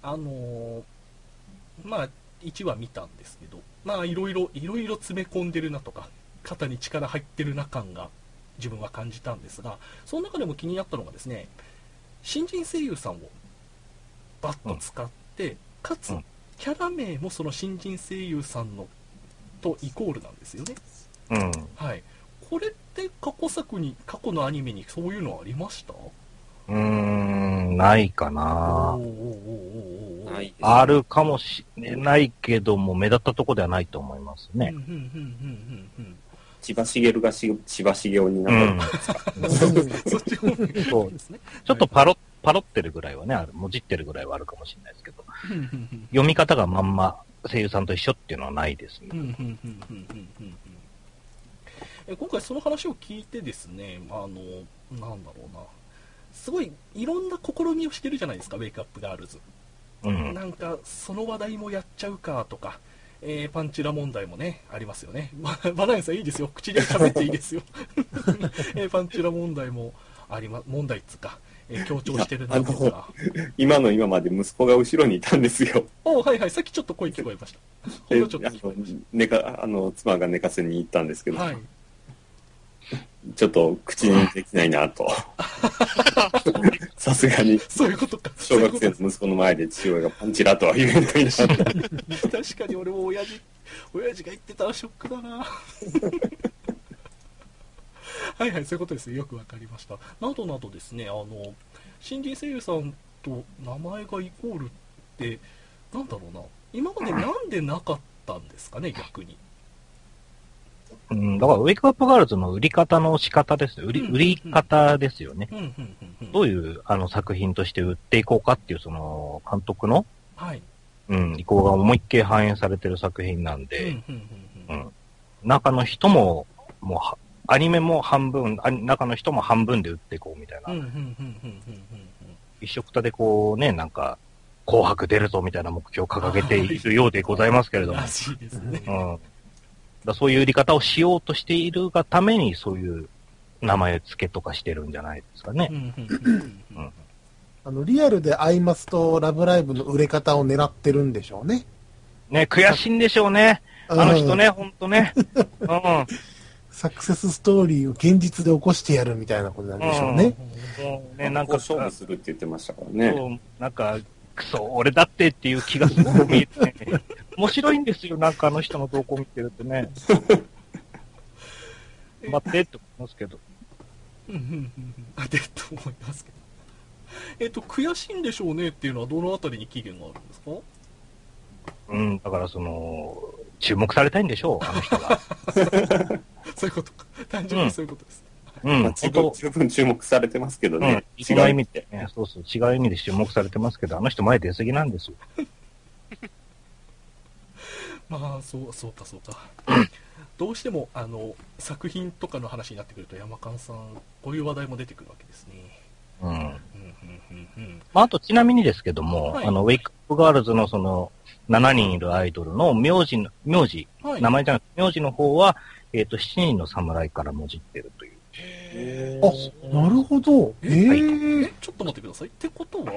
あのーまあ1話見たんですけど、まあいろいろいろいろ詰め込んでるなとか、肩に力入ってるな感が自分は感じたんですが、その中でも気になったのがですね、新人声優さんをバッと使って、かつうんキャラ名もその新人声優さんのとイコールなんですよね。うん。はい。これって過去作に、過去のアニメにそういうのありましたうーん、ないかおなーおー。おーおーおーはい。あるかもしれないけども、目立ったとこではないと思いますうんうんね。うんうんうんうん。千葉茂がし千葉茂雄にうなっん。そっち方面そうですね。ちょっとパロ、パロってるぐらいはね、ある、もじってるぐらいはあるかもしれないですけど、うんうんうん読み方がまんま声優さんと一緒っていうのはないですね。うんうんうんうんうんうんうんえ今回その話を聞いてですね、あの、なんだろうな。すごい、いろんな試みをしてるじゃないですか、ウェイクアップガールズ。うん。なんかその話題もやっちゃうかとか、えーパンチラ問題もね、ありますよね。ババナナさんいいですよ。口で喋っていいですよ。 えーパンチラ問題もありま、問題っつうか、えー強調してるなっていうか。今の今まで息子が後ろにいたんですよ。おはいはい、さっきちょっと声聞こえました。ほんでのちょっとあ聞この寝かあの妻が寝かせに行ったんですけえど、はい。ちょっと口にできないなと。さすがにそういうことか。小学そうい生うこの息子の前で父親がパンチラとは言えないなと。とか 確かに俺も親父、親父が言ってたらショックだな。 はいはい、そういうことですね。よくわかりました。などなどですね、あの、新人声優さんと名前がイコールって、なんだろうな。今までなんでなかったんですかね、逆に。うん、だから、ウェイクアップガールズの売り方の仕方ですよ。売り、うん売り方ですよね。うん、うん、うん、うん。どういう、あの、作品として売っていこうかっていう、その、監督の、はい。うん、意向が思いっきり反映されてる作品なんうん、うで、ん、うんう。うんん。中の人も、もうは、アニメも半分、あ中の人も半分で売っていこうみたいな。うん、うん、うん、うん、うんうんうん。一色たでこうね、なんか、紅白出るぞみたいな目標を掲げているようでございますけれどもら。しいですね。うん、だそういう売り方をしようとしているがために、そういう名前付けとかしてるんじゃないですかね。うんうんうんうんうんあの、リアルでアイマスとラブライブの売れ方を狙ってるんでしょうね。ね、悔しいんでしょうね。あの人うん。ね、ほんとね。うサクセスストーリーを現実で起こしてやるみたいなことなんでしょうね。ん。もうね、なんか、勝負するって言ってましたからね。そうなんか、クソ、俺だってっていう気がすごく見えて、ね、面白いんですよ、なんかあの人の投稿見てるってね。待ってって思いますけど。うんうんうんうんでと思いますけど。えっと、悔しいんでしょうねっていうのはどのあたりに期限があるんですかうん、だからその、注目されたいんでしょう、あの人が。そういうことか。単純にそういうことです。うん、まあ十本分当十分注目されてますけどうんね。、違う意味で、ね、そうそう、違う意味で注目されてますけど、あの人前出過ぎなんですよ。まあ、そう、そうか、そうか。どうしても、あの、作品とかの話になってくると、山間さん、こういう話題も出てくるわけですね。うん。うんうんうんうんまあ、あとちなみにですけども、はいあの、ウェイクアップガールズのその、7人いるアイドルの名字の、名字、はい。名前じゃなくて、名字の方は、えっ、と、7人の侍からもじってるという。へあ、なるほど。えーーえ、ちょっと待ってください。ってことは、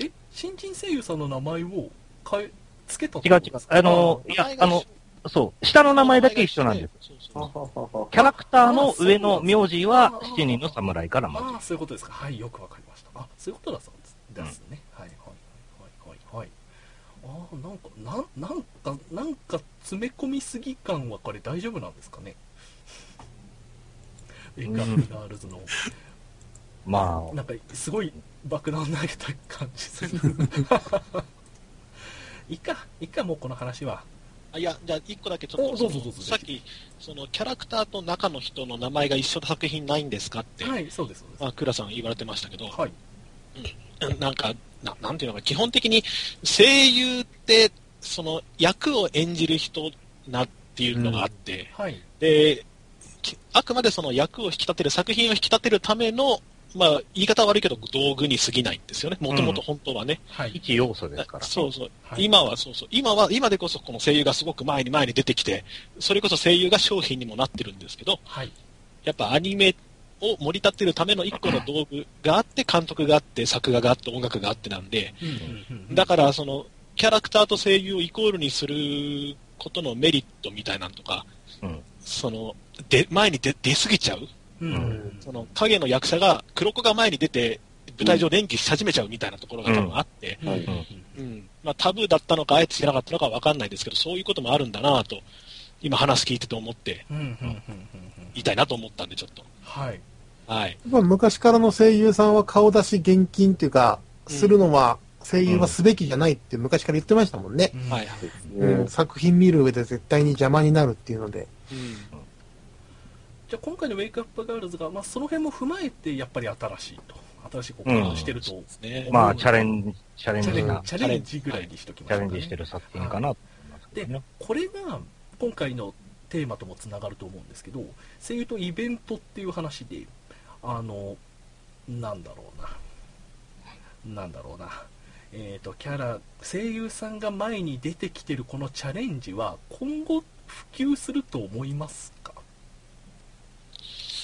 え、新人声優さんの名前を変え、つけたって違うこと違でうす。かあの、いや、あの、そう、下の名前だけ一緒なんです。。そうそうははははキャラクターの上の名字は、7人の侍からもああ、そういうことですか。はい、よくわかりました。あ、そういうことだったんですですね。はい、はい、はい、はい、はい。ああ、なんか、なん、なんか、なんか詰め込みすぎ感はこれ大丈夫なんですかね。エんガーガールズの、まあ、なんか、すごい爆弾投げた感じする。いいか、いいか、もうこの話は。あいや、じゃあ、一個だけちょっおと、どうぞどうぞさっき、その、キャラクターと中の人の名前が一緒の作品ないんですかって、はい、そうです、そうですま。あ、クラさん言われてましたけど、 はい。なんか、ななんていうのか、基本的に声優って、その、役を演じる人なっていうのがあって、はい。で、きあくまでその役を引き立てる、作品を引き立てるための、まあ、言い方悪いけど、道具に過ぎないんですよね。もともと本当はね。はい。一要素ですから。そうそう。はい今はそうそう。今は、今でこそこの声優がすごく前に前に出てきて、それこそ声優が商品にもなってるんですけど、はい。やっぱアニメを盛り立てるための一個の道具があって、監督があって、作画があって、音楽があってなんで、うんうんうんだからその、キャラクターと声優をイコールにすることのメリットみたいなんとか、うんその、で、前に出、出過ぎちゃううんうんその影の役者が黒子が前に出て舞台上で演技し始めちゃうみたいなところが多分あって、うんうんうんまあ、タブーだったのかあえてしなかったのかわかんないですけどそういうこともあるんだなぁと今話聞いてて思ってうんうんうんうんうん言いたいなと思ったんでちょっとはい。はいやっぱ昔からの声優さんは顔出し現金っていうか、うんするのは声優はすべきじゃないって昔から言ってましたもんね。はい、うん、作品見る上で絶対に邪魔になるっていうので。うん、じゃあ今回のウェイクアップガールズが、まあ、その辺も踏まえて、やっぱり新しいと。新しい試みをしてると、ですねまあ、チャレンジ、チャレンチャレジンな、チャレンジぐらいにしときまチしょうかャレねンジしてる作品かなと思いますけどね。これが、今回のテーマともつながると思うんですけど、声優とイベントっていう話で、あの、なんだろうな。なんだろうな。えー、とキャラ声優さんが前に出てきてるこのチャレンジは今後普及すると思いますか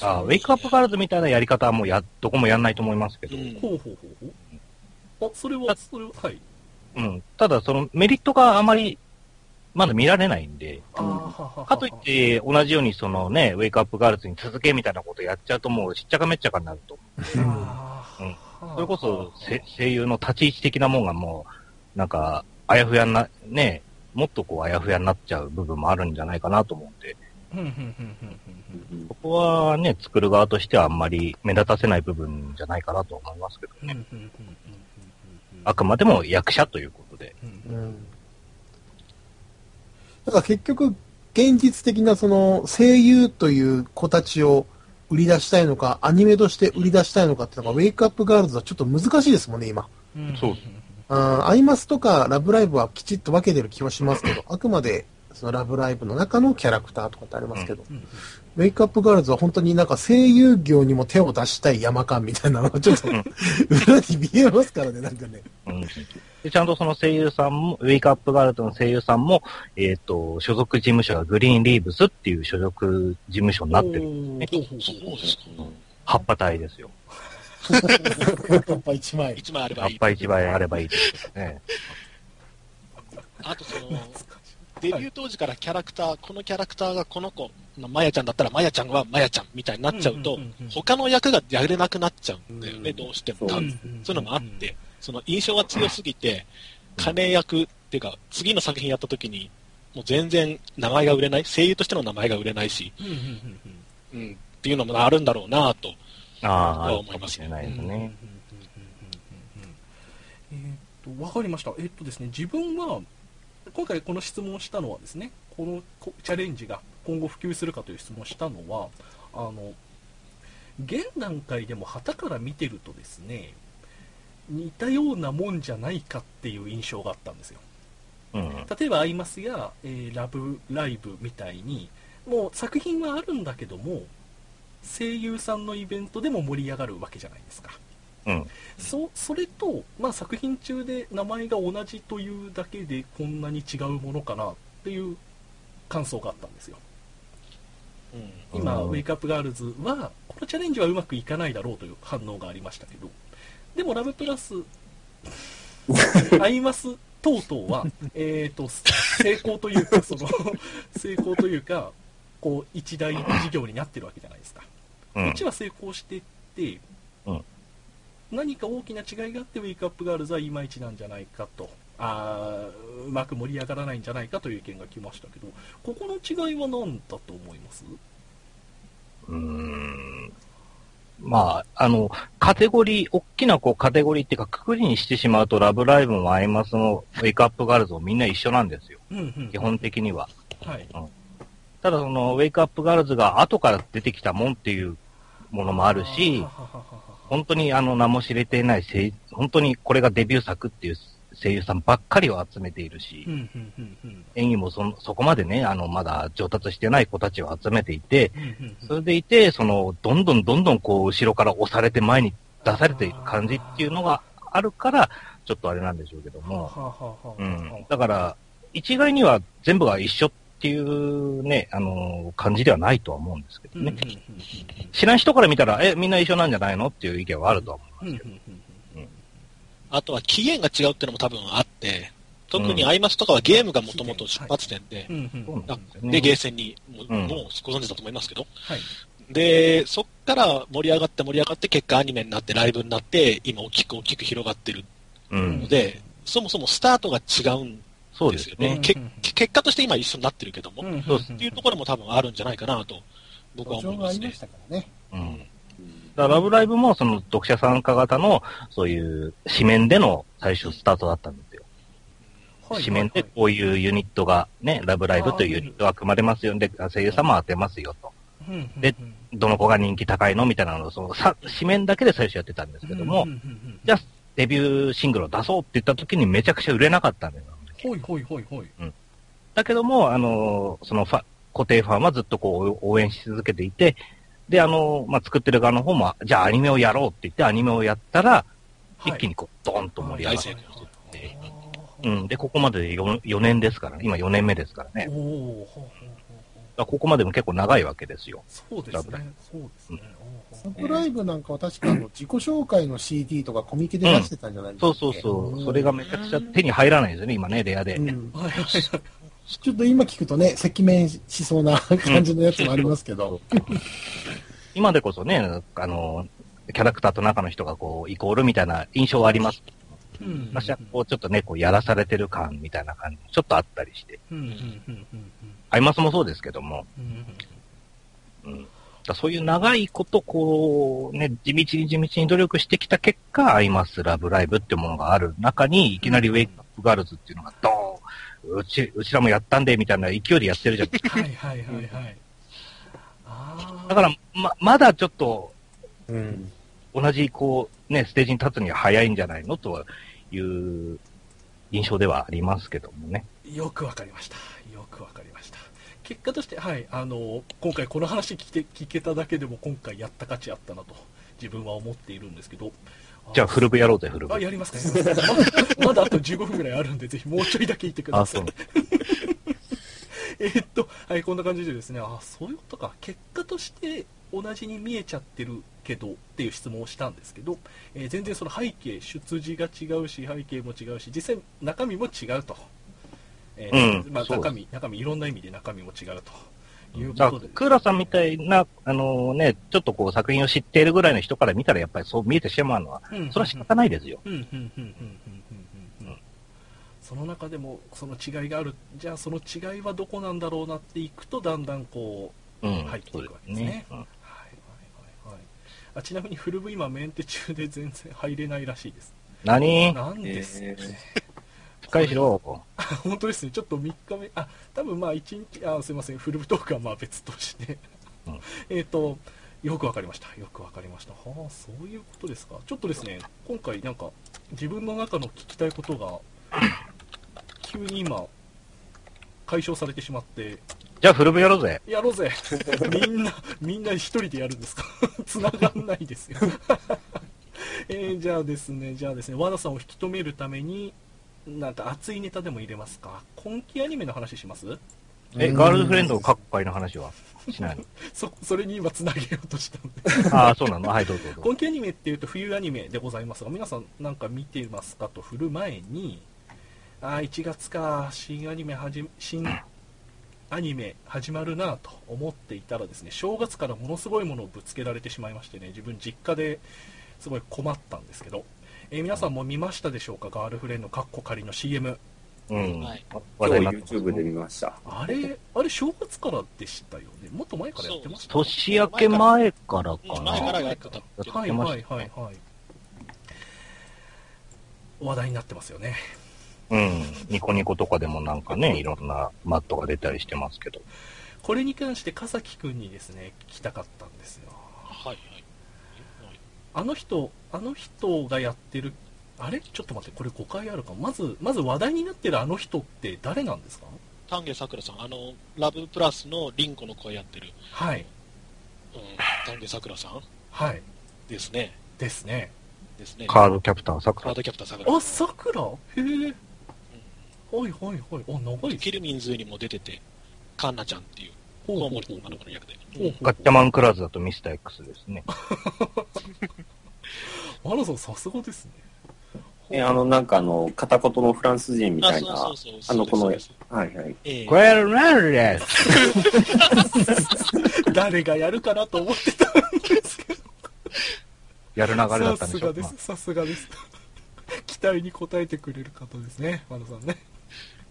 あウェイクアップガールズみたいなやり方はもうや、どこもやんないと思いますけど、ほうほうほうほうあそれはそれははいうん。ただ、そのメリットがあまり、まだ見られないんで、あーはははかといって、同じようにそのね、ウェイクアップガールズに続けみたいなことやっちゃうともうしっちゃかめっちゃかになると思あーうんはう。はそれこそ、せ声優の立ち位置的なもんがもう、なんか、あやふやにな、ね、もっとこう、あやふやになっちゃう部分もあるんじゃないかなと思うんで、うんうんうんうんうんうんうんここはね、作る側としてはあんまり目立たせない部分じゃないかなと思いますけどうんうね。んうんうんうんうんあくまでも役者ということで。うんうん。だから結局、現実的なその声優という子たちを売り出したいのか、アニメとして売り出したいのかっていうのが、ウェイクアップガールズはちょっと難しいですもんね、今。うんそううん、アイマスとかラブライブはきちっと分けてる気はしますけど、あくまでそのラブライブの中のキャラクターとかってありますけど、うんウェイクアップガールズは本当になんか声優業にも手を出したい山間みたいなのがちょっとん裏に見えますからね、なんかね。うん、でちゃんとその声優さんも、ウェイクアップガールズの声優さんも、えっ、と、所属事務所がグリーンリーブスっていう所属事務所になってるる。そうですか。葉っぱ隊ですよ。 やっぱ一枚。一枚あれ葉ばっいい。ぱ一枚あればいいですけどね。あとその、デビュー当時からキャラクター、このキャラクターがこの子、まやちゃんだったらまやちゃんはまやちゃんみたいになっちゃうと、うんうんうんうん他の役がやれなくなっちゃうんだよね、うんどうしても。そうそういうのもあって、その印象が強すぎて、金役っていうか、次の作品やった時に、もう全然名前が売れない、声優としての名前が売れないし、うんうんうんうんうん、っていうのもあるんだろうなと。ああ、あそうる思いかもますしれないですね。うんうんうんうんうんうんうんえーっと、わかりました。えーっとですね、自分は、今回この質問をしたのはですね、このこチャレンジが今後普及するかという質問をしたのは、あの、現段階でも旗から見てるとですね、似たようなもんじゃないかっていう印象があったんですよ。うん。例えば「アイマス」や「えーラブライブ」みたいにもう作品はあるんだけども声優さんのイベントでも盛り上がるわけじゃないですかうん。そそれと、まあ、作品中で名前が同じというだけでこんなに違うものかなっていう感想があったんですようん今、うんウェイクアップガールズはこのチャレンジはうまくいかないだろうという反応がありましたけどでもラブプラ スアイマス等々は、 えー、と成功というかその 成功というかこう一大事業になってるわけじゃないですか、うこんっち。は成功してって、うん何か大きな違いがあってウェイクアップガールズはいまいちなんじゃないかとあーうまく盛り上がらないんじゃないかという意見が来ましたけどここの違いは何だと思いますうーん。まあ、あの、カテゴリー、大きなこうカテゴリーっていうか、くくりにしてしまうと、ラブライブもアイマスも、ウェイクアップガールズもみんな一緒なんですよ。うんうん基本的には。はい。ただその、ウェイクアップガールズが後から出てきたもんっていうものもあるしは、はははは本当にあの名も知れていない声、本当にこれがデビュー作っていう声優さんばっかりを集めているしう、んうんうんうん演技もそのそこまでね、あの、まだ上達してない子たちを集めていて、うんうんうんそれでいて、その、どんどんどんどんこう、後ろから押されて前に出されている感じっていうのがあるから、ちょっとあれなんでしょうけどはははも、ははうん。だから、一概には全部が一緒っていうね、あの、感じではないとは思うんですけどうんうんね。うん知らん人から見たら、え、みんな一緒なんじゃないのっていう意見はあるとは思うんうんうんうんあとは期限が違うってのも多分あって、特にアイマスとかはゲームがもともと出発点で、うんうんうんう。そうなんですよねで、ゲーセンに、もう、うんもうご存知だと思いますけど。はい。で、そっから盛り上がって盛り上がって、結果アニメになって、ライブになって、今大きく大きく広がってるうのん。で、そもそもスタートが違うんそうでですすよよねね。。け結果として今一緒になってるけども、うんそうっすっていうところも多分あるんじゃないかなと、僕は土思い壌まがあすりまねし。たからね。うん。だからラブライブも、その、読者参加型の、そういう、紙面での最初スタートだったんですよ。はい紙面でこういうユニットが、ね、ラブライブというユニットが組まれますよんで、声優さんも当てますよと。うんうんうんでどの子が人気高いのみたいなのを、その、さ紙面だけで最初やってたんですけどもうんう、んうんじゃあ、デビューシングルを出そうって言った時にめちゃくちゃ売れなかったんだよ。うんほいほいほいほい。だけども、あの、そのファ、固定ファンはずっとこう応援し続けていて、で、あの、まあ、作ってる側の方も、じゃあアニメをやろうって言ってアニメをやったら、はい一気にこう、ドーンと盛り上が大る。成功。うん。で、ここまでで 4, 4年ですから、今4年目ですからね。だおおかーほうほうほうらここまでも結構長いわけですよ。そうですね。そうですね。おサーブライブなんかは確かあの自己紹介の CD とかコミケで出してたんじゃないですか、そうそうそう。それがめちゃくちゃ手に入らないですよね、今ね、レアで。うんはいはいはい。ちょっと今聞くとね、赤面しそうな感じのやつもありますけど、今でこそね、あの、キャラクターと中の人がこう、イコールみたいな印象はあります。うん私はこう、ちょっとね、こう、やらされてる感みたいな感じもちょっとあったりして。うんうんうんうんアイマスもそうですけども、うんうんうん、だからそういう長いこと、こう、ね、地道に地道に努力してきた結果、アイマスラブライブってものがある中に、いきなりウェイクアップガールズっていうのが、ドーンうち、うちらもやったんで、みたいな勢いでやってるじゃん。はいはいはいはい。あだから、ま、まだちょっと、うん同じ、こう、ね、ステージに立つには早いんじゃないのという印象ではありますけどもね。あ、よくわかりました。よくわかりました。結果として、はい、あの、今回この話聞け聞けただけでも今回やった価値あったなと、自分は思っているんですけど。じゃあ、フルブやろうぜ、フルブあ、。やりますか、やりますかまだまだあと15分ぐらいあるんで、ぜひもうちょいだけ言ってくだあ、さそ。。いうえーっと、はい、こんな感じでですね、あ、そういうことか、結果として同じに見えちゃってるけどっていう質問をしたんですけど、えー全然その背景、出自が違うし、背景も違うし、実際中身も違うと。えーうんまあ、そうです中身、中身、いろんな意味で中身も違うというだことからで。クーラさんみたいな、あのね、ちょっとこう作品を知っているぐらいの人から見たら、やっぱりそう見えてしまうのは、うんそれは仕方ないですよ。うんうんうんうんうんうんうんうんその中でもその違いがあるじゃあその違いはどこなんだろうなっていくとだんだんこうん。入ってくるわけですねそううはいはいはいはいあちなみにフルブ今メンテ中で全然入れないらしいです何なんです、えしっかりしろ。本当ですねちょっと3日目あ多分まあ1日あすいませんフルブトークはまあ別として、うん えっとよくわかりましたよくわかりましたはあそういうことですかちょっとですね今回なんか自分の中の聞きたいことが急に今解消されてしまってじゃあ、フルブやろうぜ。やろうぜみんな みんな一人でやるんですか 繋がんないですよ えーじゃあですねじゃあですね和田さんを引き止めるためになんか熱いネタでも入れますか今期アニメの話します え、うんガールフレンドをかっこいいの話はしないのそそれに今繋げようとしたんでああ、そうなのはい、どうぞどうぞ。今期アニメっていうと冬アニメでございますが皆さんなんか見てますかと振る前にああ1月か新アニメ始め新アニメ始まるなと思っていたらですね正月からものすごいものをぶつけられてしまいましてね自分実家ですごい困ったんですけど、えー皆さんも見ましたでしょうかガールフレンドカッコ仮の CM うん。はい今日話題になってます YouTube で見ました。あれあれ正月からでしたよねもっと前からやってました年明け前からうんかな。前からやってたっていう。はいはいはいはい話題になってますよねうん。ニコニコとかでもなんかね、いろんなマットが出たりしてますけど。これに関して笠木君にですね聞きたかったんですよはいはい。あの人あの人がやってるあれちょっと待ってこれ誤解あるかもまずまず話題になってるあの人って誰なんですか丹下桜さん、あの、ラブプラスのリンコの声やってる、はいうん、丹下桜さんはいですね。ですねですね。カカードキャプター、さくーら。ドキャプター桜。あさくらへえはいはいはいあ長いですキルミンズにも出てて、カンナちゃんっていう、ほうコほウうモリの女の子の役で。ほうほうガッチャマンクラーズだとミスター X ですね。マラソンさすがですねえあの、なんかあの、片言のフランス人みあ、たいそうな。そうそう。あのこのそうですそうですはいはい。ええこれなるです。誰がやるかなと思ってたんですけどやる流れだったんでさすしょがうでかす。さすがです 期待に応えてくれる方ですね和田さんね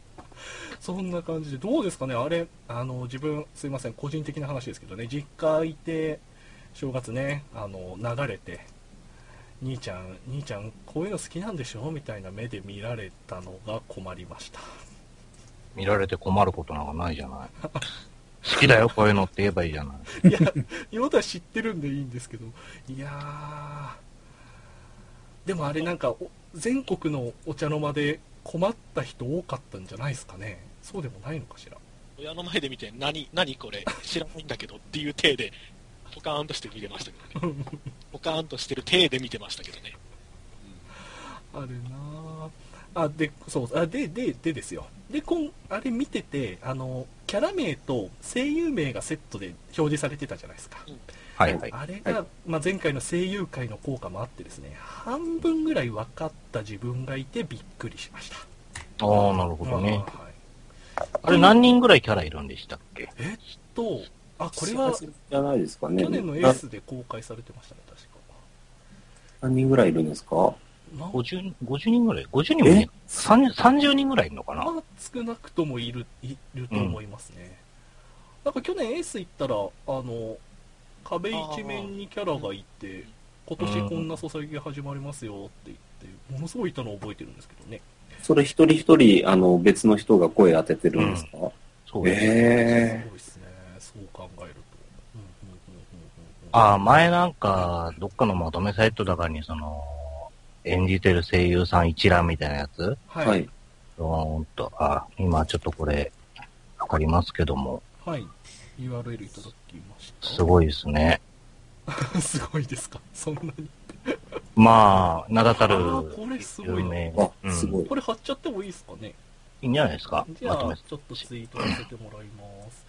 そんな感じでどうですかねあれあの自分すいません個人的な話ですけどね実家いて正月ねあの流れて兄ちゃん兄ちゃんこういうの好きなんでしょみたいな目で見られたのが困りました見られて困ることなんかないじゃない。好きだよ、こういうのって言えばいいじゃない。いや、今まは知ってるんでいいんですけど、いやー、でもあれなんか、お全国のお茶の間で困った人多かったんじゃないですかね。そうでもないのかしら。親の前で見て、何、何これ、知らないんだけどっていう体で、ポカーンとして見てましたけ どね。ポカーンとしてる体で見てましたけどね。あるなぁあでそうあでででですよでこんあれ見ててあのキャラ名と声優名がセットで表示されてたじゃないですか、はいはい。あれが、まあ、前回の声優界の効果もあってですね半分ぐらい分かった自分がいてびっくりしましたああ、なるほどはね。い、あれ何人ぐらいキャラいるんでしたっけとあこれはじゃないですかね。去年のエースで公開されてましたね確かな何人ぐらいいるんですかまあ ?50 人、50人ぐらい ?50 人もいね 30, 30人ぐらいいるのかなまあ、少なくともいるいると思いますね、なんか去年エース行ったらあの壁一面にキャラがいて今年こんな注ぎが始まりますよって言ってものすごいいたのを覚えてるんですけどねそれ一人一人、あの、別の人が声当ててるんですか、そうえです。えすごいですねそう考えるとうんうんうんうんうんああ、前なんか、どっかのまとめサイトだからに、その、演じてる声優さん一覧みたいなやつはいははいい、。ドーンと、あ、今ちょっとこれ、わかりますけども、 URL いただきましすごいですね。た すごいですかそんなにまあ、名だたるあ、ーこれすご有いな名。あう、んすごい。これ貼っちゃってもいいですかねいいんじゃないですかじゃまとあめ、ちょっとツイートさせてもらいます。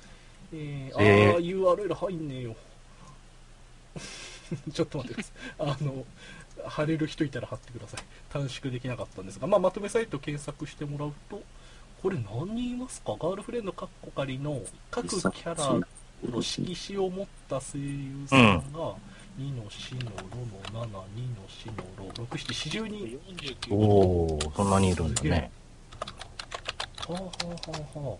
えー、えーあー、URL 入んねえよ。 ちょっと待ってください。あの、貼れる人いたら貼ってください。短縮できなかったんですが、まあ、まとめサイト検索してもらうと、これ何人いますかガールフレンドカッコカリの各キャラの色紙を持った声優さんが、2の4のロの7、2の4のロ、6、7、40人。 49おー、そんなにいるんだね。はあはあは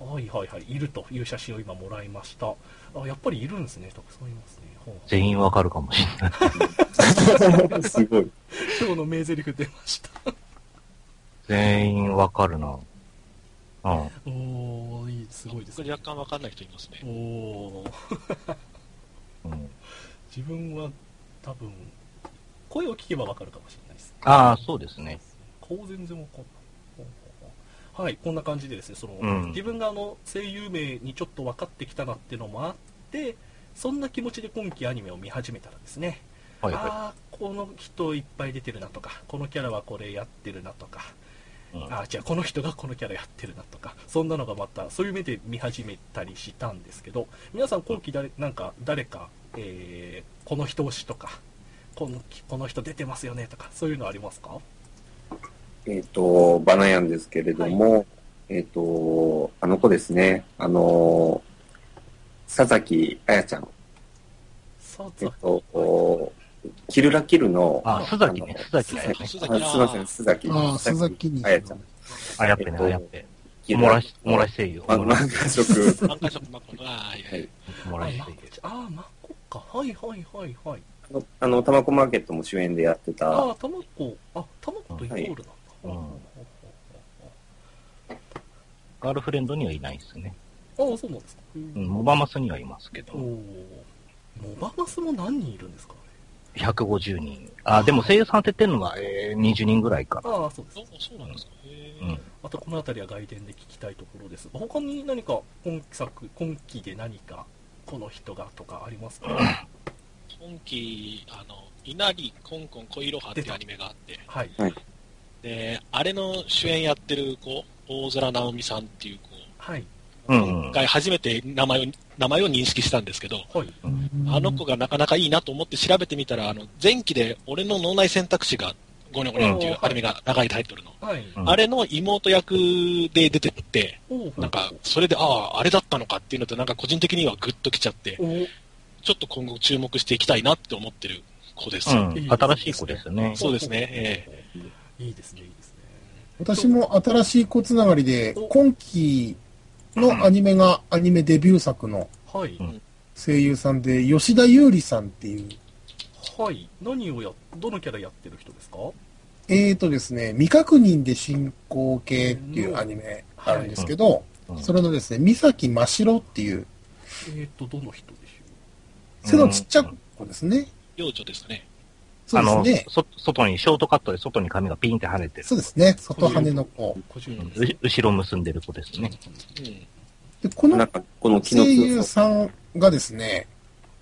あはあはいはいはいいるという写真を今もらいましたあやっぱりいるんですねたくさんいますね、はあ全員わかるかもしれない。 すごい。今日の名台詞出ました全員わかるな。うん。おおいいすごいですこれね若干わかんない人いますねお。おーうん、自分は多分声を聞けばわかるかもしれないですああ、そうですね。こう全然わかんないほうほうほうはいこんな感じでですねその、うん自分があの声優名にちょっと分かってきたなっていうのもあってそんな気持ちで今期アニメを見始めたらですねはいはああーこの人いっぱい出てるなとかこのキャラはこれやってるなとか、い。うんああじゃあこの人がこのキャラやってるなとかそんなのがまたそういう目で見始めたりしたんですけど皆さん今期誰なんか誰か、えーこの人推しとかこのこの人出てますよねとかそういうのありますかえっ、と、バナヤンですけれども、えっ、と、あの子ですね、あの、佐々木彩ちゃん、さあえっ、ざと、キルラキルの、あ、須崎ね、須崎だよね。須あ崎すいません、須崎。ああ、鈴木に。彩ちゃん。あやっぺね、あやっぺ。キルもラらし、もらし声優。あもらし漫画色。何回もあーいやいやもらし声優。ああマコかはいはいはいはいあの、たまこマーケットも主演でやってあた、あ、タマコ、あ、タマコとイコールなんだ。うんあガールフレンドにはいないですね。あ、そうなんですか。うん、モバマスにはいますけおど、お。モバマスも何人いるんですか150人。あ、でも声優さんって言ってるのが、えー、20人ぐらいか。ああ、そうですそう。そうなんですか。へうんー。またこの辺りは外伝で聞きたいところです。他に何か今作、今期で何か、この人がとかあります か今期、あの、稲荷コンコン恋いろはっていうアニメがあって、はい。で、あれの主演やってる子、大空直美さんっていう子、はい。うん今回初めて名前を、名前を認識したんですけど、はい。あの子がなかなかいいなと思って調べてみたら、あの、前期で俺の脳内選択肢がゴニョゴニョっていうアニメが長いタイトルの。はい。うんあれの妹役で出てって、おなんか、それで、ああ、あれだったのかっていうのと、なんか個人的にはグッときちゃって、おちょっと今後注目していきたいなって思ってる子です。うん、新しい子ですね。そうですねえいいですね、いいですね。私も新しい子つながりでお、今期のアニメがアニメデビュー作のはい。うん声優さんで、吉田優里さんっていう、はい。何をや、どのキャラやってる人ですかえーとですね、未確認で進行形っていうアニメあるんですけど、うんそれのですね、三崎真白っていう、えっと、どの人でしょ背のちっちゃい子ですね。幼女ですかね。そあうのですね、。そ外に、ショートカットで外に髪がピンって跳ねてる。そうですね、外羽の子う。個人名う後ろ結んでる子ですね。うん。で、このなんか、この木の声優強さ。さんがですね、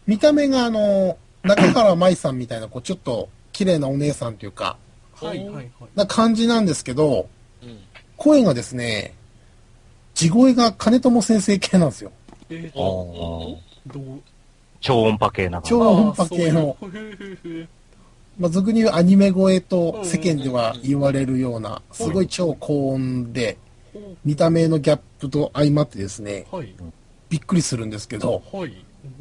見た目があの、中原舞さんみたいな、こう、ちょっと綺麗なお姉さんというか、はいはいはい。な感じなんですけど、うん。声がですね、地声が金友先生系なんですよ。えーあと、おーどう超音波系な超感音波系の、あーそういうふうふうまあ、俗に言うアニメ声うんうんとうん世間では言われるような、すごい超高音で、見た目のギャップと相まってですね、ほうはい。びっくりするんですけど、はい。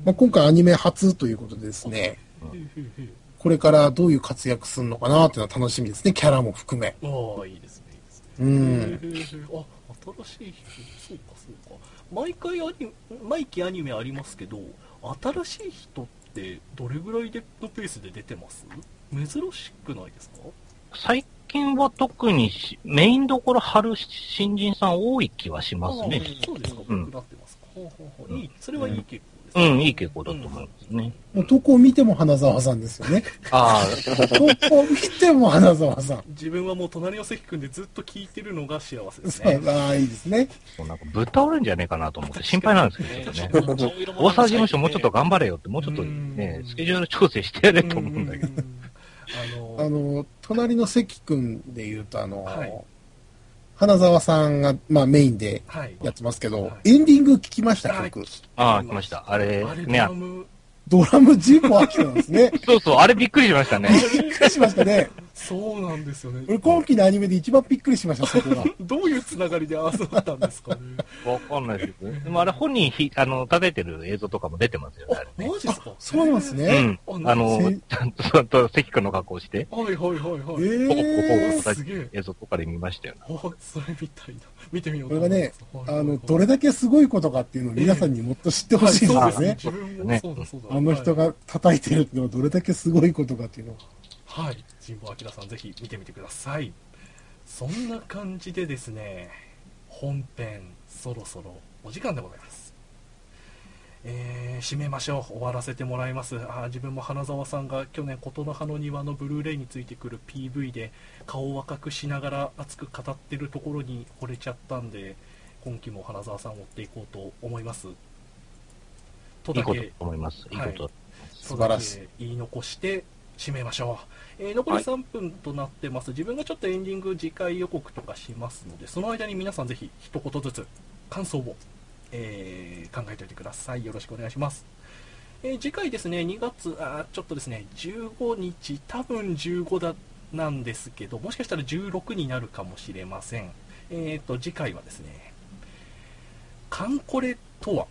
まあ、今回アニメ初ということでですね、ふうふうふうこれからどういう活躍するのかなっていうのは楽しみですね、キャラも含め。ああ、いいですね、いいですね。うん。あ新しい人、そうかそうか。毎回アニ毎期アニメありますけど、新しい人ってどれぐらいでのペースで出てます珍しくないですかじ。最近は特にしメインどころ張る新人さん多い気はしますね。あそうですか、うん僕なってますか。ほうほうほういい、それはいい傾向です、うん、いい傾向だと思いますね。もう投稿見ても花澤さんですよね。あ投稿見ても花澤さん。自分はもう隣の関君でずっと聞いてるのが幸せですそねう。ああ、いいですね。あ、なんかぶっ倒れんじゃねえかなと思って心配なんですけどね。大大阪事務所もうちょっと頑張れよって、もうちょっとうねん、スケジュール調整してやれとうん思うんだけど。あのあの、隣の関君で言うと、あの、はい花澤さんが、まあ、メインではい。やってますけど、はエンディング聞きました、はい曲。ああ、来ました。あれあれ、ドね、ラあム、ドラムジンも飽きたんですね。そうそう、あれびっくりしましたね。びっくりしましたね。そうなんですよね。俺、今期のアニメで一番びっくりしました、そ こが。どういうつながりで争ったんですかね。 わかんないですけどね。でもあれ本人ひ、あの、叩いてる映像とかも出てますよね、あれねマジですかそうなんですうね。ん。あのせ、ちゃんと、ちゃんと関君の格好をして、はいはいはいはえい。ポコポコポコー、叩すいげてえる映像とかで見ましたよね。あ、それみたいな。見てみようこれがね思いますあの、はいどれだけすごいことかっていうのを皆さんにもっと知ってほしいですはよいそうねで。すね。自分もねそうだそうだ。あの人が叩いてるのはどれだけすごいことかっていうのを。はい。はい。神保明さん、ぜひ見てみてください。そんな感じでですね、本編、そろそろお時間でございます。えー、締めましょう。終わらせてもらいます。あー自分も花澤さんが去年、琴の葉の庭のブルーレイについてくる PV で顔を若くしながら熱く語ってるところに惚れちゃったんで、今期も花澤さんを追っていこうと思います。といいだことだけと思います。いいことだ。素晴らしいとだけ言い残して締めましょう、えー残り3分となってます、自分がちょっとエンディング次回予告とかしますのでその間に皆さんぜひ一言ずつ感想を、えー考えておいてくださいよろしくお願いしますえー次回ですね2月あーちょっとですね15日多分15だなんですけどもしかしたら16になるかもしれませんえっ、と次回はですねカンコレとは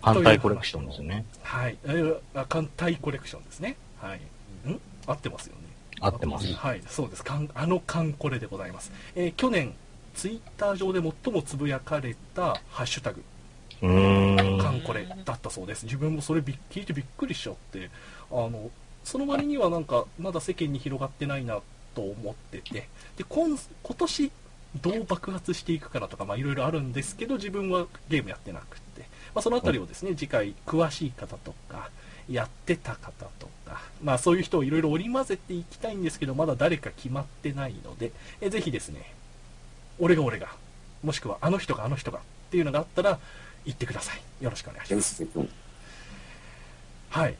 反対コレクションですね。はい、えーあ艦隊コレクションですね。はい、ん合ってますよね。合ってます。はい、そうです。艦あの艦これでございます。えー去年ツイッター上で最もつぶやかれたハッシュタグうーん。艦これだったそうです。自分もそれびっ聞いてびっくりしちゃって、あのその割にはなんかまだ世間に広がってないなと思ってて、で今今年どう爆発していくからとかまあいろいろあるんですけど自分はゲームやってなくて、まあ、そのあたりをですね次回詳しい方とかやってた方とか、まあ、そういう人をいろいろ織り交ぜていきたいんですけどまだ誰か決まってないのでえぜひですね俺が俺がもしくはあの人があの人がっていうのがあったら言ってくださいよろしくお願いしま伝す助君。はい、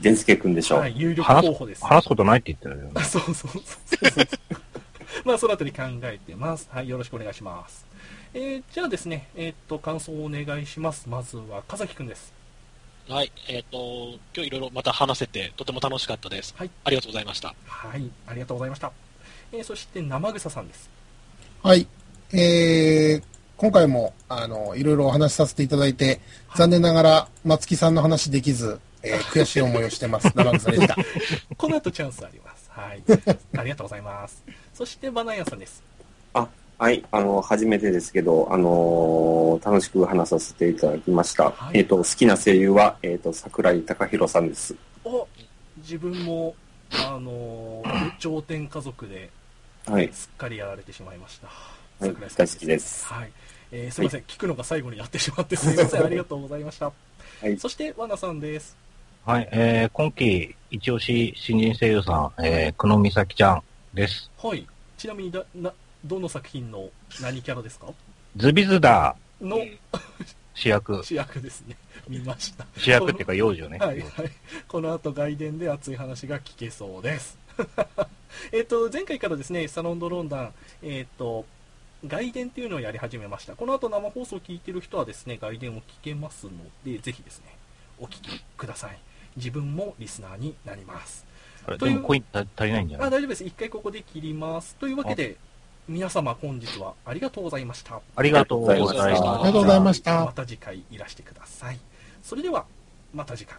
伝助君でしょ。はい、有力話候す補です話すことないって言ってたよねあ。 そうそうそうそうそう。 まあ、そのあたり考えてます。はい、よろしくお願いします。えーじゃあですね、えーっと、感想をお願いします。まずは、かざきくんです。はい、えっ、と、今日いろいろまた話せて、とても楽しかったです。はいありがとうございました。はい、ありがとうございました。えーそして、生草さん です。はい。えー、今回も、あの、いろいろお話しさせていただいて、残念ながら、松木さんの話できず、えー悔しい思いをしてます。生草でした。この後チャンスあります。 はい、ありがとうございます。そして、バナヤさんです。はい、あの、初めてですけど、あのー楽しく話させていただきました。はいえっ、と、好きな声優は、えっ、と、桜井貴弘さんです。お自分も、あのー、頂点家族ではい。すっかりやられてしまいました。い桜井さん大好きですはい。えーすみません、聞くのが最後になってしまって、す みません、ありがとうございました。はいそして、わなさんです。はい、えー、今期、一押し新人声優さん、えー、久野美咲ちゃんです。はい。ちなみにだ、な、どの作品の何キャラですかズビズダのうんー主役、主役です ね。見ました。主役っていうか幼女ね。はい、はい。この後、外伝で熱い話が聞けそうです。 えっと、前回からですね、サロンドロンダン、えっと、外伝というのをやり始めました。この後生放送を聞いてる人はですね、外伝を聞けますので、ぜひですね、お聞きください。自分もリスナーになります。あれとでいうもコイン足りないんじゃあ、ない大丈夫です。一回ここで切ります。というわけで、皆様本日はありがとうございました。ありがとうございまありがとうございまししたた。ありがとうございましたま。た次回いらしてください。それでは、また次回。